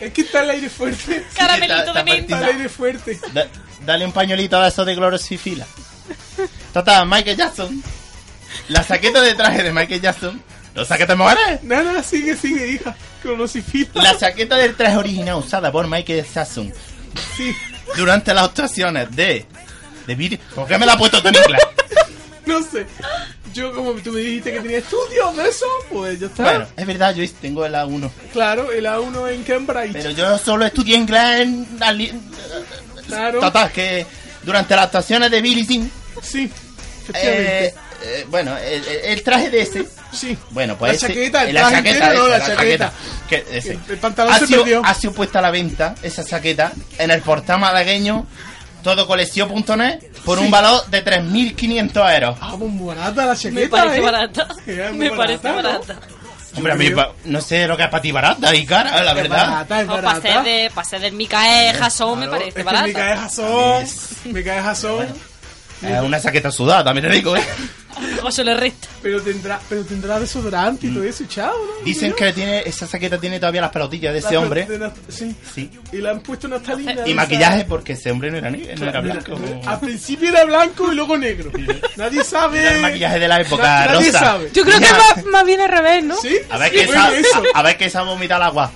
Es que está el aire fuerte.
[LAUGHS] Caramelito
Está-
de
está
menta.
Está el aire fuerte.
Da- dale un pañuelito a eso de clorosifila. Tata, Michael Jackson. La saqueta de traje de Michael Jackson. ¿Lo saquete mujeres?
Nada, sigue, sigue, hija. Cronocifita.
La chaqueta del traje original usada por Michael Jackson
Sí.
durante las actuaciones de. de Billy- ¿Por qué me la ha puesto tan
[LAUGHS]
inglés?
¿Ah? No sé. Yo, como tú me dijiste que tenía estudios de eso, pues ya está.
Bueno, es verdad, yo tengo el A1.
Claro, el A1 en Cambridge.
Pero yo solo estudié inglés en. Ali-
Claro.
Tata, que durante las actuaciones de Billy Jean.
Sí. Efectivamente.
eh, eh, bueno, el- el- el traje de ese.
sí.
Bueno, pues
La
ese-
chaqueta, el
la
traje
chaqueta,
entero, no,
esa,
la chaqueta.
que ese.
El- el pantalón
ha
se
sido,
perdió.
Ha sido puesta a la venta esa chaqueta en el portal malagueño todocolección.net por un valor de 3.500 euros.
Ah, muy barata la chaqueta.
Me parece
¿eh?
barata.
[LAUGHS] Es muy
Me parece
barata, ¿no?
barata.
Hombre, a mí
creo-
pa- no sé lo que es para ti barata y cara, la
Es
verdad.
barata, es
No,
barata.
para ser, de, para ser del Micael Jason me
Claro, este e.
parece
es
barata.
Que me cae jazón. Me cae jazón.
Es una chaqueta sudada, también te digo, ¿eh?
O se le resta.
Pero tendrá, pero tendrá desodorante y todo eso, y chao, ¿no?
Mm. Dicen
Creo.
que tiene esa chaqueta tiene todavía las pelotillas de
La
ese hombre.
de la- Sí.
Sí.
Y le han puesto una talina.
Y maquillaje porque ese hombre no era, ni- no era blanco.
Al principio era blanco y luego
[LAUGHS]
negro. Nadie sabe.
Era el maquillaje de la época,
Na- nadie
Rosa.
sabe.
Yo creo que más, más bien al revés, ¿no?
¿Sí?
A ver
sí,
qué
bueno,
sabe,
eso.
a, a ver qué sabe vomitar el agua.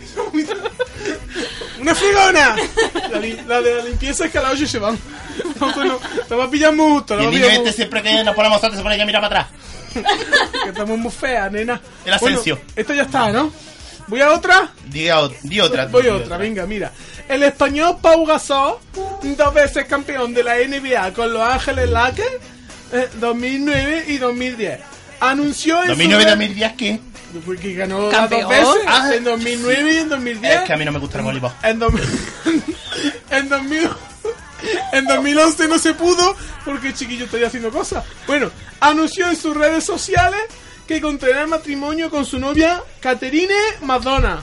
¡Una fregona! La, li- la de la limpieza es que a las 8 se van. No, no, la va a pillar muy justo. La
Y
va
el
a pillar
niño
muy
este
justo,
siempre que nos ponemos antes se pone ya mira para atrás.
que estamos muy feas, nena.
El Asensio.
Bueno, esta ya está, ¿no? ¿Voy a otra?
Diga, o- di otra.
Voy
di
a otra, venga, mira. El español Pau Gasol, dos veces campeón de la NBA con Los Ángeles Lakers, eh, 2009 y 2010. Anunció en su
2009
red-
2010 que
Porque ganó
Campeón.
dos veces,
Ah,
en 2009 y en 2010.
es que a mí no me gusta el voleibol.
En, dos- [LAUGHS] en, 2000 en 2011 no se pudo porque el chiquillo estaría haciendo cosas. Bueno, anunció en sus redes sociales que contraerá matrimonio con su novia Caterine Madonna.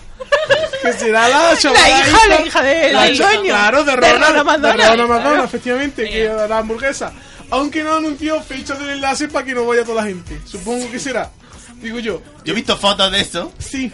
Que será la chavala
La hija,
esta-
la hija de-
la
del
hija,
dueño,
Claro, de
de
Ronald,
Ronald Madonna.
de Ronald Madonna,
Claro.
efectivamente, que
Mira.
la hamburguesa. Aunque no anunció fecha del enlace para que no vaya toda la gente. Supongo que será. Digo yo.
Yo he visto fotos de eso
Sí.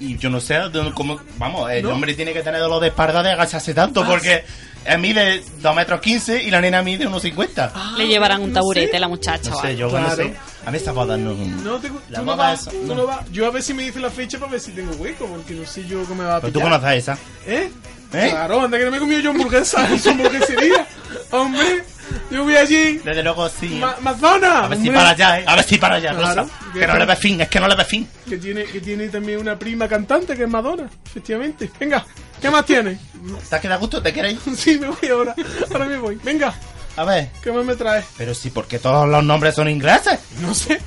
y yo no sé dónde- cómo. Vamos, el
¿No? Ah,
hombre tiene que tener dolor de espalda de agacharse tanto porque él mide 2 metros 15 y la nena mide 1,50.
Ah,
Le llevarán un
no sé.
taburete a la muchacha.
no
va.
sé, yo
Ah, claro.
no sé. A mí estas bodas no.
No te, tú,
La
no
boda
vas,
esa,
tú
no.
no vas. Yo a ver si me dice la fecha para ver si tengo hueco, porque no sé yo cómo me va a
Pero
pillar.
tú conoces esa.
¿Eh?
¿Eh?
Claro, anda que no me he comido yo hamburguesa [LAUGHS] en su hamburguesería. Hombre, yo voy allí.
Desde luego sí.
Ma- Mazona.
A ver si
hombre,
para allá, ¿eh? A ver si para allá,
Claro.
Rosa. Que no le ve fin, es que no le ve fin.
Que tiene, que tiene también una prima cantante que es Madonna, efectivamente. Venga, ¿qué más tiene? [LAUGHS]
¿Te has quedado a gusto? ¿Te queréis?
Sí, me voy ahora. Ahora me voy. Venga,
A ver.
¿qué más me traes?
Pero sí, porque todos los nombres son ingleses.
No sé.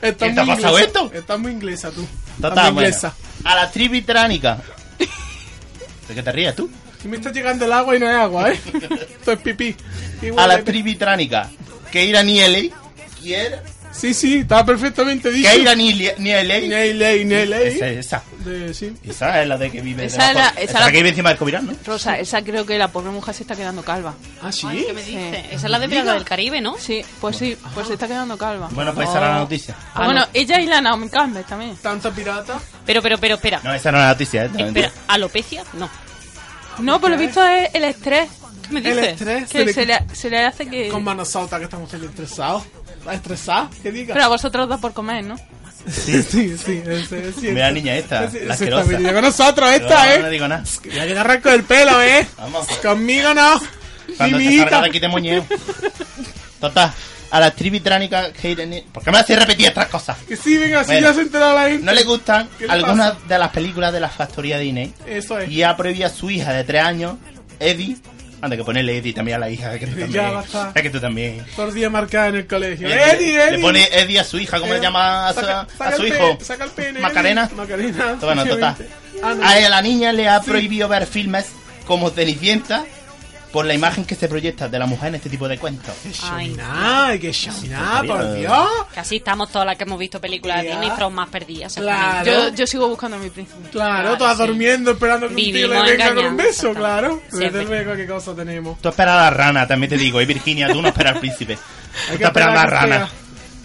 Estás
¿Qué te ha
muy
pasado
inglesa.
esto?
Estás muy inglesa tú.
Total,
Estás muy
bueno.
inglesa.
A la
[LAUGHS]
tribu británica. ¿De qué te ríes tú?
Que me está llegando el agua y no hay agua,
[LAUGHS]
¿eh? Esto es pipí. Y
A la
huele-
tribu británica. Keira Nieley. Kier-
Sí, sí, está perfectamente dicho.
Keira Niele- Nieley.
Ney, ley, ney, ley.
Esa, esa.
De- sí.
Esa es la de que vive.
Esa
debajo-
es la-
esa
esa
es
la-
la que vive encima del Covirán, ¿no?
Rosa, esa creo que la pobre mujer se está quedando calva.
Ah, sí.
Ay, ¿qué me dices? Esa es la de Pirata del Caribe, ¿no?
Sí, pues sí, pues se está quedando calva.
Bueno, pues esa era la noticia.
Ah, bueno, ella y la Naomi Campbell también.
Tanta pirata.
Pero, pero, pero, espera.
No, esa no era la noticia, ¿eh? También
espera,
digo.
¿alopecia? No.
No, por lo visto es el estrés.
¿Qué me
El
dices?
estrés.
Que
de-
se le, se le hace que...
Con manos saltas que estamos todos estresados. ¿Estás estresada? ¿Qué digas?
Pero a vosotros dos por comer, ¿no?
sí, sí, sí. Es, es cierto.
Mira la niña esta,
Sí,
la
sí,
asquerosa.
está venida con nosotros esta,
Yo No
¿eh?
digo nada.
Ya que te arranco el pelo, ¿eh?
Vamos.
Conmigo no.
Cuando
Ni
te
mi
salga
hija.
de aquí te moñeo. Total, a la actriz británica Hayden... ¿Por qué me hace repetir estas cosas?
Que sí, venga, así
Bueno.
ya se entera la gente.
No le gustan
¿Qué le
algunas de las películas de la factoría de Disney.
Eso es.
Y ha prohibido a su hija de 3 años, Eddie... Anda, que ponerle Eddie también a la hija, que tú
Ya
también.
basta.
Es que tú también.
Todos los días marcada en el colegio.
Le-
Eddie,
le,
Eddie.
pone Eddie a su hija, ¿cómo le llama a su,
Eh, Saca-
a
saca
su
el pe-
hijo?
Saca el pene.
Macarena.
Eddie. Macarena.
Bueno, total.
efectivamente. Ah, no.
A ella, la niña le ha prohibido ver filmes como Cenicienta por la imagen que se proyecta de la mujer en este tipo de cuentos.
Ay,
Ay, qué chamina, por
Dios.
Dios.
que así estamos todas las que hemos visto películas de
Ya.
Disney traumas perdidas.
Claro.
Yo, yo sigo buscando a mi príncipe.
Claro,
Claro,
todas
sí.
durmiendo esperando que un tío le
Vivimos
venga con un
engañados,
beso,
exacto.
claro.
Sí,
Desde
es
luego, qué cosa tenemos.
Tú esperas a la rana, también te digo. Y Virginia, tú no esperas al príncipe. Tú
Hay
te esperas a la
esperar que
rana.
sea.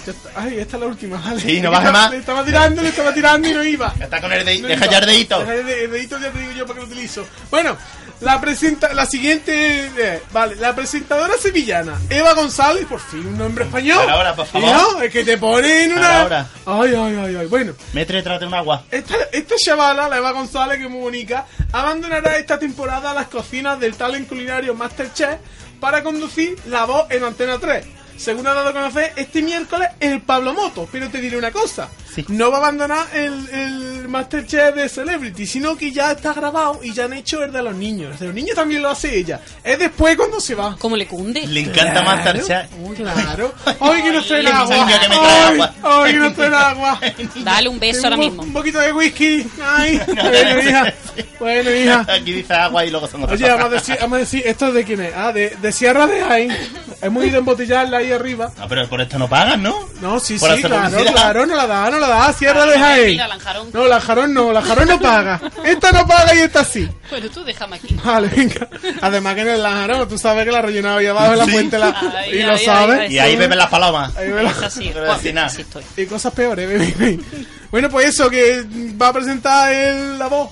Ya está. Ay, esta es la última, vale.
Sí, no baje más.
[LAUGHS] Le estaba tirando, le estaba tirando y no iba.
Ya Está con el dedito.
No
Deja
iba.
ya el dedito.
Deja el de- el dedito, ya te digo yo para que lo utilizo. Bueno, la presenta, la siguiente, eh, vale, la presentadora sevillana, Eva González, por fin un nombre español.
Ahora, ahora, por favor.
No, es que te ponen una.
Ahora,
Ay, ay, ay, ay. Bueno,
Me trae trate un agua.
esta, esta chavala, la Eva González, que es muy bonita, abandonará esta temporada las cocinas del talent culinario Masterchef para conducir La Voz en Antena 3. Según ha dado a conocer este miércoles el Pablo Moto, pero te diré una cosa,
Sí.
no va a abandonar el, el Masterchef de Celebrity, sino que ya está grabado y ya han hecho el de los niños. El de los niños también lo hace ella. Es después cuando se va.
¿Cómo le cunde?
Le encanta
Claro,
Masterchef. [LAUGHS]
Claro. Ay, que nos traen
Ay,
agua.
niño, que me trae
Ay,
agua.
ay, que nos traen
[LAUGHS]
agua.
Dale un beso ahora
Eh, Un-
mismo.
Un poquito de whisky.
[LAUGHS]
Ay, bueno, hija. Bueno, hija.
Aquí dice agua y luego son otras
Oye, vamos a
cosas.
decir, vamos a decir ¿esto es de quién es? Ah, de, de Sierra de Jaén. Hemos ido a embotellarla ahí arriba.
No, Ah, pero por esto no pagan, ¿no?
No, sí,
Por
sí,
hacer
claro,
publicidad.
claro, no la da, no la da, Ah, Sierra de Jaén.
Ah, Mira, Lanjarón.
No, la jarón no, la jarón no paga. Esta no paga y esta sí.
Bueno, tú déjame aquí.
Vale, venga. Además que en el Lanjarón, tú sabes que la rellenaba ahí abajo en la
Sí.
fuente la,
Ay,
y
ay,
lo
ay,
sabes.
Y ahí beben las palomas.
Ahí ve la-
Es así.
Pero así nada.
Así estoy.
Y cosas peores, [LAUGHS] baby, baby. Bueno, pues eso, que va a presentar el- la voz.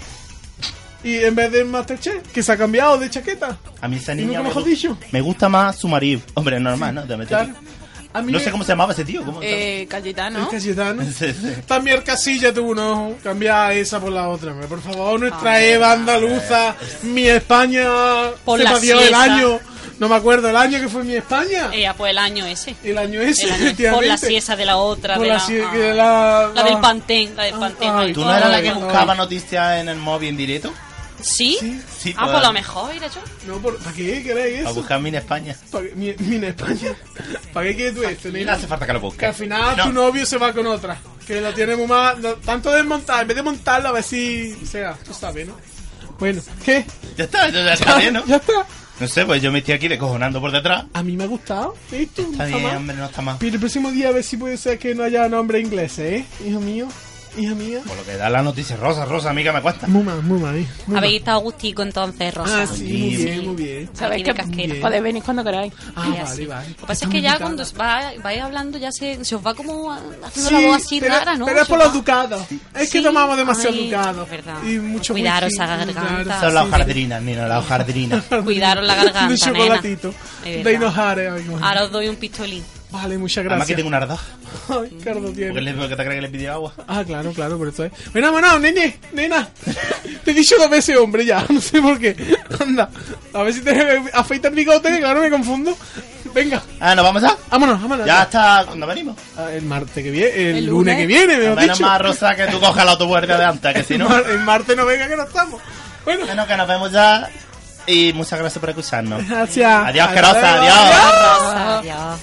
Y en vez de Masterchef, que se ha cambiado de chaqueta.
A mí esa
Y
niña
nunca
me,
mejor
gu-
dicho.
me gusta más su marido. Hombre, normal, ¿no? Te metes
Claro.
aquí.
A mí
No
me-
sé cómo se llamaba ese tío. ¿Cómo?
Eh, Cayetano.
El Cayetano.
[LAUGHS] Sí, sí.
También el Casilla tuvo un ojo. Cambia esa por la otra. hombre. Por favor, nuestra Eva andaluza. Mi España.
Ah, Por
se
la
perdió el
siesta.
año. No me acuerdo el año que fue mi España.
Ella, pues el año ese.
el año ese,
El año- por
efectivamente.
la siesa de la otra.
Por
de
la
la,
sie-
ah.
que la-
La
la-
del Pantén. La del
Ay,
Pantén.
ay,
¿Tú no eras la que
Ay, no.
buscaba noticias en el móvil en directo?
¿Sí?
Sí.
Sí,
Ah,
pues-
pues lo mejor, era yo.
No, por- ¿para qué queréis
A
eso?
buscar en España.
¿Para qué, mi, mi en España? ¿Para qué quieres tú esto?
No
nena?
hace falta que lo busques.
Que al final
No.
tu novio se va con otra. Que la tiene muy mal. la- tanto de montar, en vez de montarlo, a ver si. O sea, tú sabes, ¿no? Bueno, ¿qué?
Ya está, ya, ya está bien, ¿no?
Ya está.
No sé, pues yo me estoy aquí descojonando por detrás.
A mí me ha gustado. ¿Y tú?
Está bien,
jamás?
hombre, no está mal.
Pero el próximo día a ver si puede ser que no haya nombre inglés, ¿eh? Hijo mío, hija mía.
Por lo que da la noticia, Rosa, Rosa, amiga, me cuesta.
Muy mal, muy mal, ¿eh? Muy mal.
Habéis estado gustico entonces, Rosa.
Ah, sí, muy bien, muy bien.
Sabéis
Aquí
que
de casquera.
podéis venir cuando queráis.
Ah,
Sí,
vale,
así.
vale.
Lo que pasa es
Estamos
que ya cuando
invitadas.
os va- vais hablando ya se, se os va como haciendo
Sí,
la voz así
pero,
rara, ¿no?
pero es
Se
por
os
los
va-
ducados. Es que
Sí,
tomamos demasiado
ay,
ducado.
es verdad.
Y mucho
Cuidaros
whisky,
la garganta.
cuidaros,
Son las
Ah, sí.
hojardrinas,
[LAUGHS]
nena, las hojardrinas.
Cuidaros la garganta,
De chocolatito.
nena. Es
De
verdad.
Inohare. ay, bueno.
Ahora os doy un pistolín.
Vale, muchas
Además
gracias.
que tengo un ardor.
Ay, Cardo tiene.
Porque, le, porque te crees que le pidió agua.
Ah, claro, claro, por eso es. Bueno, bueno, nene, nena. [LAUGHS] Te he dicho dos veces, hombre, ya. [LAUGHS] No sé por qué. Anda. A ver si te afeita el bigote, que ahora me confundo. Venga,
Ah, ¿nos vamos ya?
vámonos, vámonos.
Ya está, cuando venimos.
Ah, El martes que viene, el,
El
lunes
lunes.
que viene, me lo has
Menos
dicho.
más, Rosa, que tú cojas la autopuerta de antes, que si no...
Mar- El martes no venga, que no estamos. Bueno,
Bueno, que nos vemos ya. Y muchas gracias por
[LAUGHS]
escucharnos.
gracias.
Adiós,
Hasta
Rosa,
luego.
adiós.
Ah.
Adiós.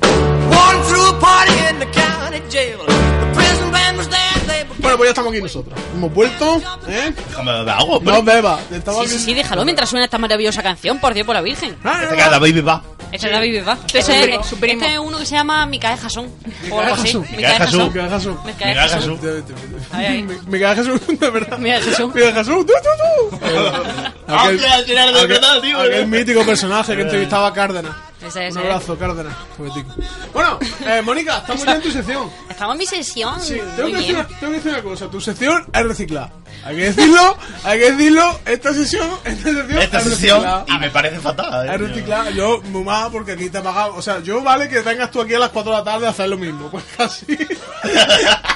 Born through a party in the county jail. The prison band was there, they began
Bueno, pues ya estamos aquí nosotros. Hemos vuelto, ¿eh?
Déjame beber agua, pero...
No beba. Estamos
Sí,
aquí.
sí, sí, déjalo mientras suena esta maravillosa canción, por Dios, por la Virgen.
Ah,
Te queda, baby, va.
Esta es la Baby Back.
Su
Ese
primo,
es-
su primo.
Este es uno que se llama Micael Jasón. O
Micael
algo así.
Jasón.
Micael Jasón.
Me cae Jesús. Este,
Micael
Micael
Jasón.
Jasón.
Ay, ay.
Me- Me cae Jesús, [LAUGHS] de verdad.
Mira, Jesús.
Mira, Jesús, tú, tú, tú.
Hostia, al final de verdad, tío,
aquel
¿no?
mítico personaje que entrevistaba a Cárdenas.
Ese,
Un
ese.
abrazo, Cárdenas. Pobetico. Bueno, eh, Mónica, estamos ya en tu sección.
Estamos en mi sesión.
Sí, tengo
Muy
que, decir
bien.
una, tengo que decir una cosa. Tu sección es reciclar. Hay que decirlo, hay que decirlo. Esta sesión, esta sesión
Esta
es
sesión,
reciclar.
y me parece fatal.
Es
eh,
reciclar. Yo, muy mal, porque aquí te ha pagado. O sea, yo vale que vengas tú aquí a las 4 de la tarde a hacer lo mismo. Pues [LAUGHS] casi. estoy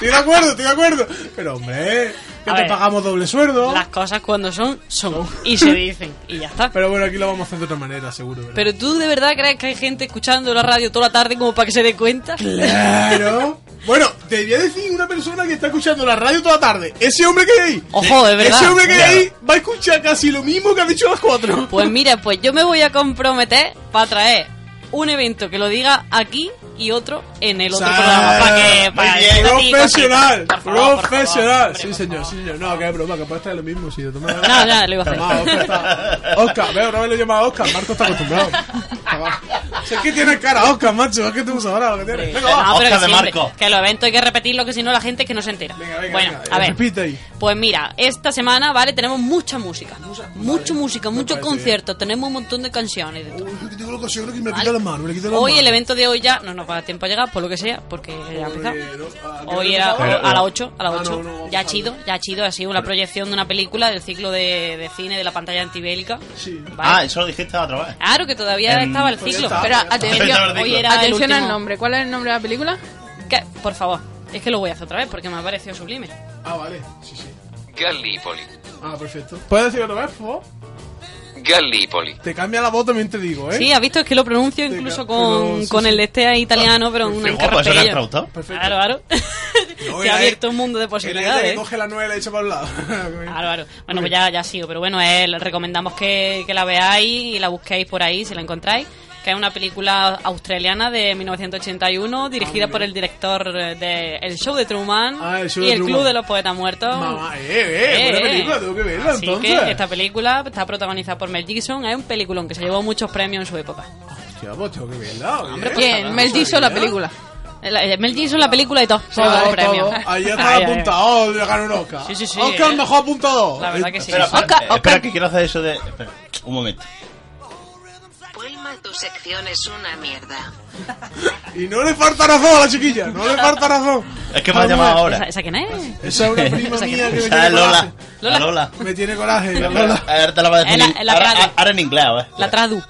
de acuerdo, estoy de acuerdo. Pero, hombre, que
A
te
ver.
pagamos doble sueldo.
Las cosas cuando son, son. Y se dicen. Y ya está.
Pero bueno, aquí lo vamos a hacer de otra manera, seguro. ¿verdad?
Pero tú de verdad crees que hay gente escuchando la radio toda la tarde como para que se dé cuenta.
Claro. Bueno, te voy a decir una persona que está escuchando la radio toda la tarde. Ese hombre que hay ahí.
Ojo, Oh, de verdad.
Ese hombre que hay ahí
Claro.
va a escuchar casi lo mismo que ha dicho a las 4.
Pues mira, pues yo me voy a comprometer para traer un evento que lo diga aquí y otro en el otro
Sí.
programa. Para
eh,
que,
Muy
para
bien.
que-
Profesional,
Por favor, por favor,
profesional.
hombre,
Sí,
por
señor,
favor.
sí, señor. No, que es broma, que puede estar lo mismo. Si de todas maneras-
No, no, lo iba a hacer.
Tomás, Oscar, está... Oscar, veo, no me lo llamaba Oscar. Marco está acostumbrado. Si es que tiene cara, Oscar, macho. Es que tú usas ahora lo que tienes. Venga, va.
No, pero
Oscar
que,
de
siempre-
Marco.
que los eventos hay que repetirlo, que si no la gente que no se entera.
Venga, venga,
bueno,
venga,
a ver.
repite ahí.
Pues mira, esta semana, ¿vale? Tenemos mucha música. mucho música, mucho
parece
concierto. Tenemos un montón de canciones. de todo.
Uy, que tengo la ocasión que me
Vale.
quita las manos, me quita las
Hoy el
manos.
evento de hoy ya no nos va a dar tiempo a llegar, por lo que sea, porque ya ha empezado.
¿a qué hora
Hoy era
empezaba?
a las 8, a las
Ah,
8.
no, no,
ya
vale.
chido, ya chido. Ha sido una proyección de una película del ciclo de, de cine de la pantalla antibélica.
Sí.
Ah, Em,
Vale.
eso lo dijiste la otra vez.
claro, que todavía
En-
estaba el
Pues ya
ciclo.
está.
Pero
Estaba
atención,
ridículo.
hoy era el
Ah, atención al
último.
nombre. ¿Cuál es el nombre de la película?
Ah,
¿Qué? Por favor, es que lo voy a hacer otra vez porque me ha parecido sublime.
Ah, vale. Sí, sí.
Gallipoli.
Ah, perfecto. ¿Puedes decir otra vez, por favor?
Gallipoli.
Te cambia la voz, también te digo, ¿eh?
Sí, has visto, es que lo pronuncio
Sí,
incluso
claro,
con,
pero sí,
con
sí.
el de este italiano, pero en
Qué
un
guapo, eso era el
encarapello.
traductor.
Perfecto.
Claro, claro.
No,
Se
era
ha abierto
él.
un mundo de
Era ella
posibilidades.
que coge la nueva y la echa para un
[LAUGHS]
lado.
Claro, claro. Bueno, pues ya, ya ha sido, pero bueno, eh, le recomendamos que, que la veáis y la busquéis por ahí si la encontráis. Que es una película australiana de 1981 dirigida por el director eh, de El Show de Truman
Ah, El Show
y
de
El
Truman.
Club de los Poetas Muertos.
Mamá, eh, eh, buena película, tengo que verla
Así
entonces.
que esta película está protagonizada por Mel Gibson, es un peliculón que se llevó muchos premios en su época.
Hostia, pues tengo que verla. oye.
Hombre,
Bien, Mel Gibson, la película.
El- el- Mel Gibson, Eh, la película y todo, se
Todo,
llevó
todo.
premios.
Ahí estaba
[LAUGHS] Ay, ay, ay.
apuntado, le ganó un Oscar.
Sí, sí, sí,
Oscar,
eh.
mejor apuntador.
La verdad que sí.
Espera, espera,
Oca,
espera,
oca.
que quiero hacer eso de... Espera, un momento.
Puelma, tu sección es una mierda.
Y no le falta razón a la chiquilla, no le falta razón.
Es que me has llamado ahora.
¿Esa, esa quién es?
Esa es
[LAUGHS]
una prima
Esa que-
mía que me
Esa
tiene
es Lola.
coraje.
La
Lola.
Lola.
Me tiene coraje, la
Lola.
Lola.
Ahora te la voy a decir
En la-
en-
en la
ahora-
radio.
Ahora en inglés, a ver.
Eh,
La tradu.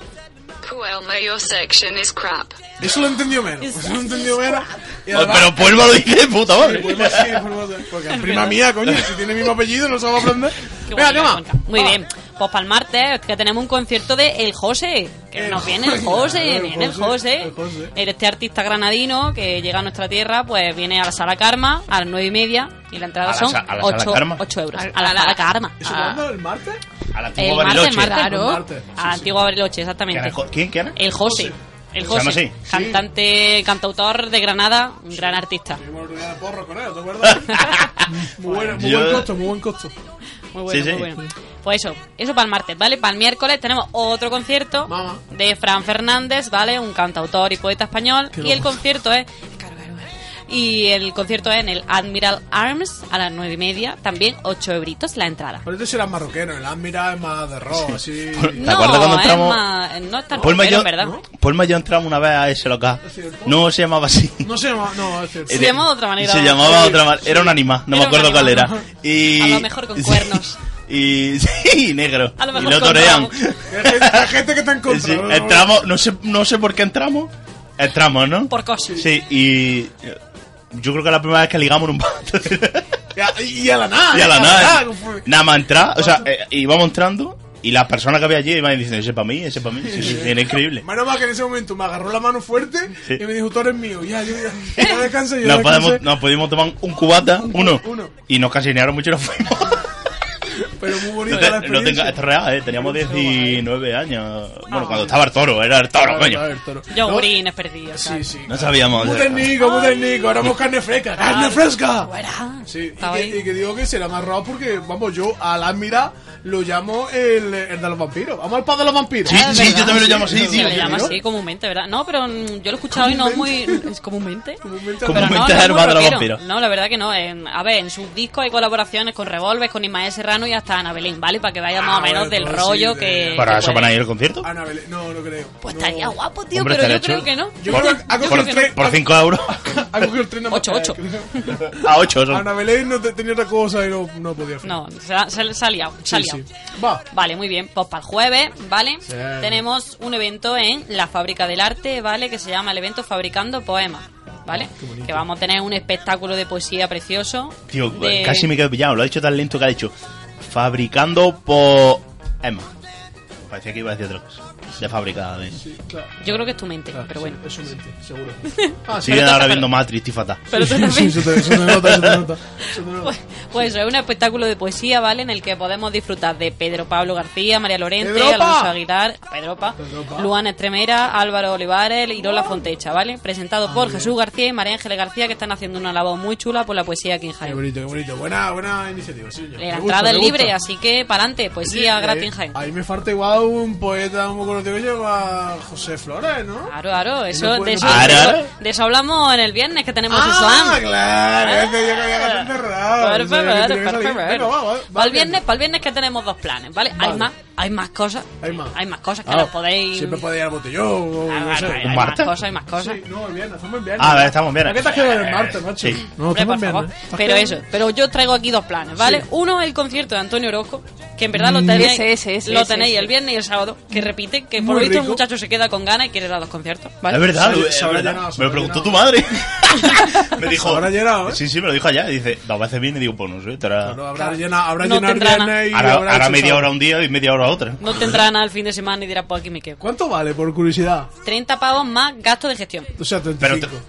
Puelma, your section is crap.
Eso lo entendió menos. Eso lo entendió menos. Y
Oh,
además-
Pero Puelma lo dice de puta madre.
Sí, Puelma sí, Puelma sí. Porque es prima mía, coño, si tiene el mismo apellido, no se va a aprender.
[LAUGHS] Qué
Venga,
bonito,
toma.
Juanca. Muy
Va.
bien. Pues para el martes que tenemos un concierto de El José. Que
El
nos viene el
José,
José,
claro,
viene
el
el José.
José, el José.
Este artista granadino que llega a nuestra tierra, pues viene a la Sala Karma a las nueve y media y la entrada
A la
son
sa- a la Sala
8,
Karma.
euros.
Al-
A la
a la-
Sala Karma.
¿Eso
A-
cuándo? ¿El martes?
[LAUGHS] A la antigua
el martes,
Bariloche.
martes,
Claro.
El martes, sí,
A la
sí.
antigua Bariloche,
¿Quién
exactamente.
era? ¿Quién? ¿Quién era?
El José. El
¿Se llama
José,
así?
cantante, cantautor de Granada, un gran artista.
porro con él, ¿te
[LAUGHS]
acuerdas? muy bueno, muy
Yo-
buen costo, muy buen costo.
Muy bueno,
Sí, sí.
muy bueno. Pues eso, eso para el martes, ¿vale? Para el miércoles tenemos otro concierto de Fran Fernández, ¿vale? Un cantautor y poeta español.
Qué
Y el
loco.
concierto es. Claro, claro, claro. Y el concierto es en el Admiral Arms a las nueve y media, también ocho euritos la entrada.
Pero este será marroquino, el Admira es más de rock, así.
¿Te acuerdas cuando entramos? Pues,
Es más, no es tan rockero,
Paul Mayor,
en ¿verdad?
Paul Mayor entramos una vez a ese local.
¿Es cierto?
No se llamaba así.
No se llama, no, es cierto.
Se llamaba de otra manera.
Se llamaba
Sí,
otra manera. Era un animal, no me acuerdo cuál era. Y...
A lo mejor
[LAUGHS]
con cuernos.
Y sí, negro.
A lo
y
mejor
lo
con
torean.
La gente que está en contra.
Sí,
¿no?
entramos, no sé, no sé por qué entramos. Entramos, ¿no?
Por cosas.
Sí, y eh, yo creo que es la primera vez que ligamos en un [LAUGHS] bar.
Y a- Y a la nada.
Y a la nada.
confunde.
Nada más entrar, o sea, eh, íbamos entrando y las personas que había allí iban diciendo, ese para mí, ese para mí. Sí, sí, sí, era
[LAUGHS]
increíble.
Menos mal que en ese momento me agarró la mano fuerte
Sí.
y me dijo, tú eres mío. Ya, yo
[LAUGHS]
ya. Yo descanso, yo
Nos,
descanso.
podemos- nos pudimos tomar un cubata, uno,
uno.
y nos casinearon mucho y nos fuimos.
[LAUGHS] Pero muy bonita
No,
la
te- no
experiencia.
tenga- esto es real, ¿eh? Teníamos 19 años.
Ah,
Bueno, cuando estaba el toro, era el toro,
Claro,
coño.
claro, el toro.
Yo,
No,
Green, es perdido.
Sí, sí.
No sabíamos.
Muy técnico, muy técnico. Éramos carne fresca, carne fresca. Sí, y que, y que digo que será más raro porque, vamos, yo a la mira lo llamo el, el de los vampiros. Vamos al paz de los vampiros.
Sí, sí, yo también lo llamo así,
Sí,
sí.
Se le llama así comúnmente, ¿verdad? No, pero mm, yo lo he escuchado y no es muy... [LAUGHS] ¿Es comúnmente? Comúnmente,
Comúnmente es el Bad de los Vampiros.
No, la verdad que no. En- a ver, en sus discos hay colaboraciones con Revolves, con Ismael Serrano y hasta Ana Belén, ¿vale? Para que vaya
Ah,
más o menos
pues
del rollo que...
¿Para
que
eso
puede.
van a ir al concierto?
Ana Belén, no, no creo.
Pues estaría guapo, tío,
Hombre,
pero yo
estaría
creo que no.
Yo creo que ha
Por,
cogido el tren.
por 5 euros. [LAUGHS]
Ha cogido el tren a
Ocho, ocho.
A 8
Ana Belén Ah, no te- tenía otra cosa y no, no podía hacer.
No, se ha, se- se ha liado, se ha
Sí,
liado.
sí. Va.
Vale, muy bien. Pues para el jueves, ¿vale?
Sí.
Tenemos un evento en la Fábrica del Arte, ¿vale? Que se llama el evento Fabricando Poemas,
Ah,
¿vale? que vamos a tener un espectáculo de poesía precioso.
Tío,
de-
casi me quedo pillado. Lo ha dicho tan lento que ha dicho. Fabricando por. Emma. Parecía que iba a decir otra cosa. De fabricada. De...
Sí, claro.
Yo creo que es tu mente,
Ah,
pero bueno.
Es un mente,
[LAUGHS]
seguro. Ah,
Si bien ahora viendo Matrix, estoy fatal.
Pero
[LAUGHS]
Sí,
tú
sí,
también.
eso te, eso te nota, eso te
[LAUGHS]
nota. Eso te nota.
Pues, pues es un espectáculo de poesía, ¿vale? En el que podemos disfrutar de Pedro Pablo García, María Lorente,
¡Pedropa!
Alonso Aguilar, Pedropa, Luana Estremera, Álvaro Olivares y
¡Oh!
Lola Fontecha, ¿vale?
Ah,
Presentado por Jesús García y María Ángeles García, que están haciendo una labor muy chula por la poesía aquí en
Qué
Jaén.
bonito, qué bonito. Buena, buena iniciativa, sí, señor. Me
La
gusta,
entrada es
me gusta.
libre, así que para adelante, poesía
Eh,
gratis en Jaén.
Ahí me falta igual un poeta un poco conocido que lleva José Flores, ¿no?
Claro, claro, eso,
no
de,
puede-
eso,
Claro.
de eso- de eso hablamos en el viernes que tenemos
Ah,
Islam.
claro, este día que había que hacer cerrado.
Por
o sea, que tenía
favor,
que
por
salir. Venga, va, va,
favor.
va
Para el
bien.
viernes, para el viernes que tenemos dos planes, ¿vale? Hay
Vale.
más, hay más cosas,
Hay más.
hay más cosas que
Ah,
nos podéis.
Siempre podía ir al botellón o
Ah,
no
vale,
sé.
vale, hay más
martes?
cosas, hay más cosas.
Sí, no, el viernes, estamos en viernes.
Ah, a ver, estamos bien.
¿Por qué te has quedado en Marte, macho?
Sí.
No, estamos ¿eh?
Hombre, por
en viernes.
¿eh?
favor.
Te has
Pero
quedado-
eso, pero yo traigo aquí dos planes, ¿vale?
Sí.
Uno es el concierto de Antonio Orozco, que en verdad lo tenéis,
Ese, ese, ese,
lo
ese,
tenéis
ese.
el viernes y el sábado,
Mm.
que repite, que
Muy
por lo visto el
rico.
muchacho se queda con ganas y quiere dar dos conciertos,
Es
¿vale?
verdad, eh,
Se-
es
se habrá
verdad.
llenado, se
me lo
habrá
preguntó
llenado. [LAUGHS]
tu madre. me dijo.
Se habrá llenado, ¿eh?
Sí, sí, me lo dijo allá. Dice, dos veces viene y digo, pues no sé. estará-
Claro, habrá llenado, habrá
No
llenado el
tendrá nada.
viernes y
Ahora,
habrá
ahora
hecho
media
sábado.
hora un día y media hora otra.
No tendrá nada el fin de semana y dirá, pues aquí me quedo.
¿Cuánto vale, por curiosidad?
30 pavos más gasto de gestión.
O sea,
Pero
35.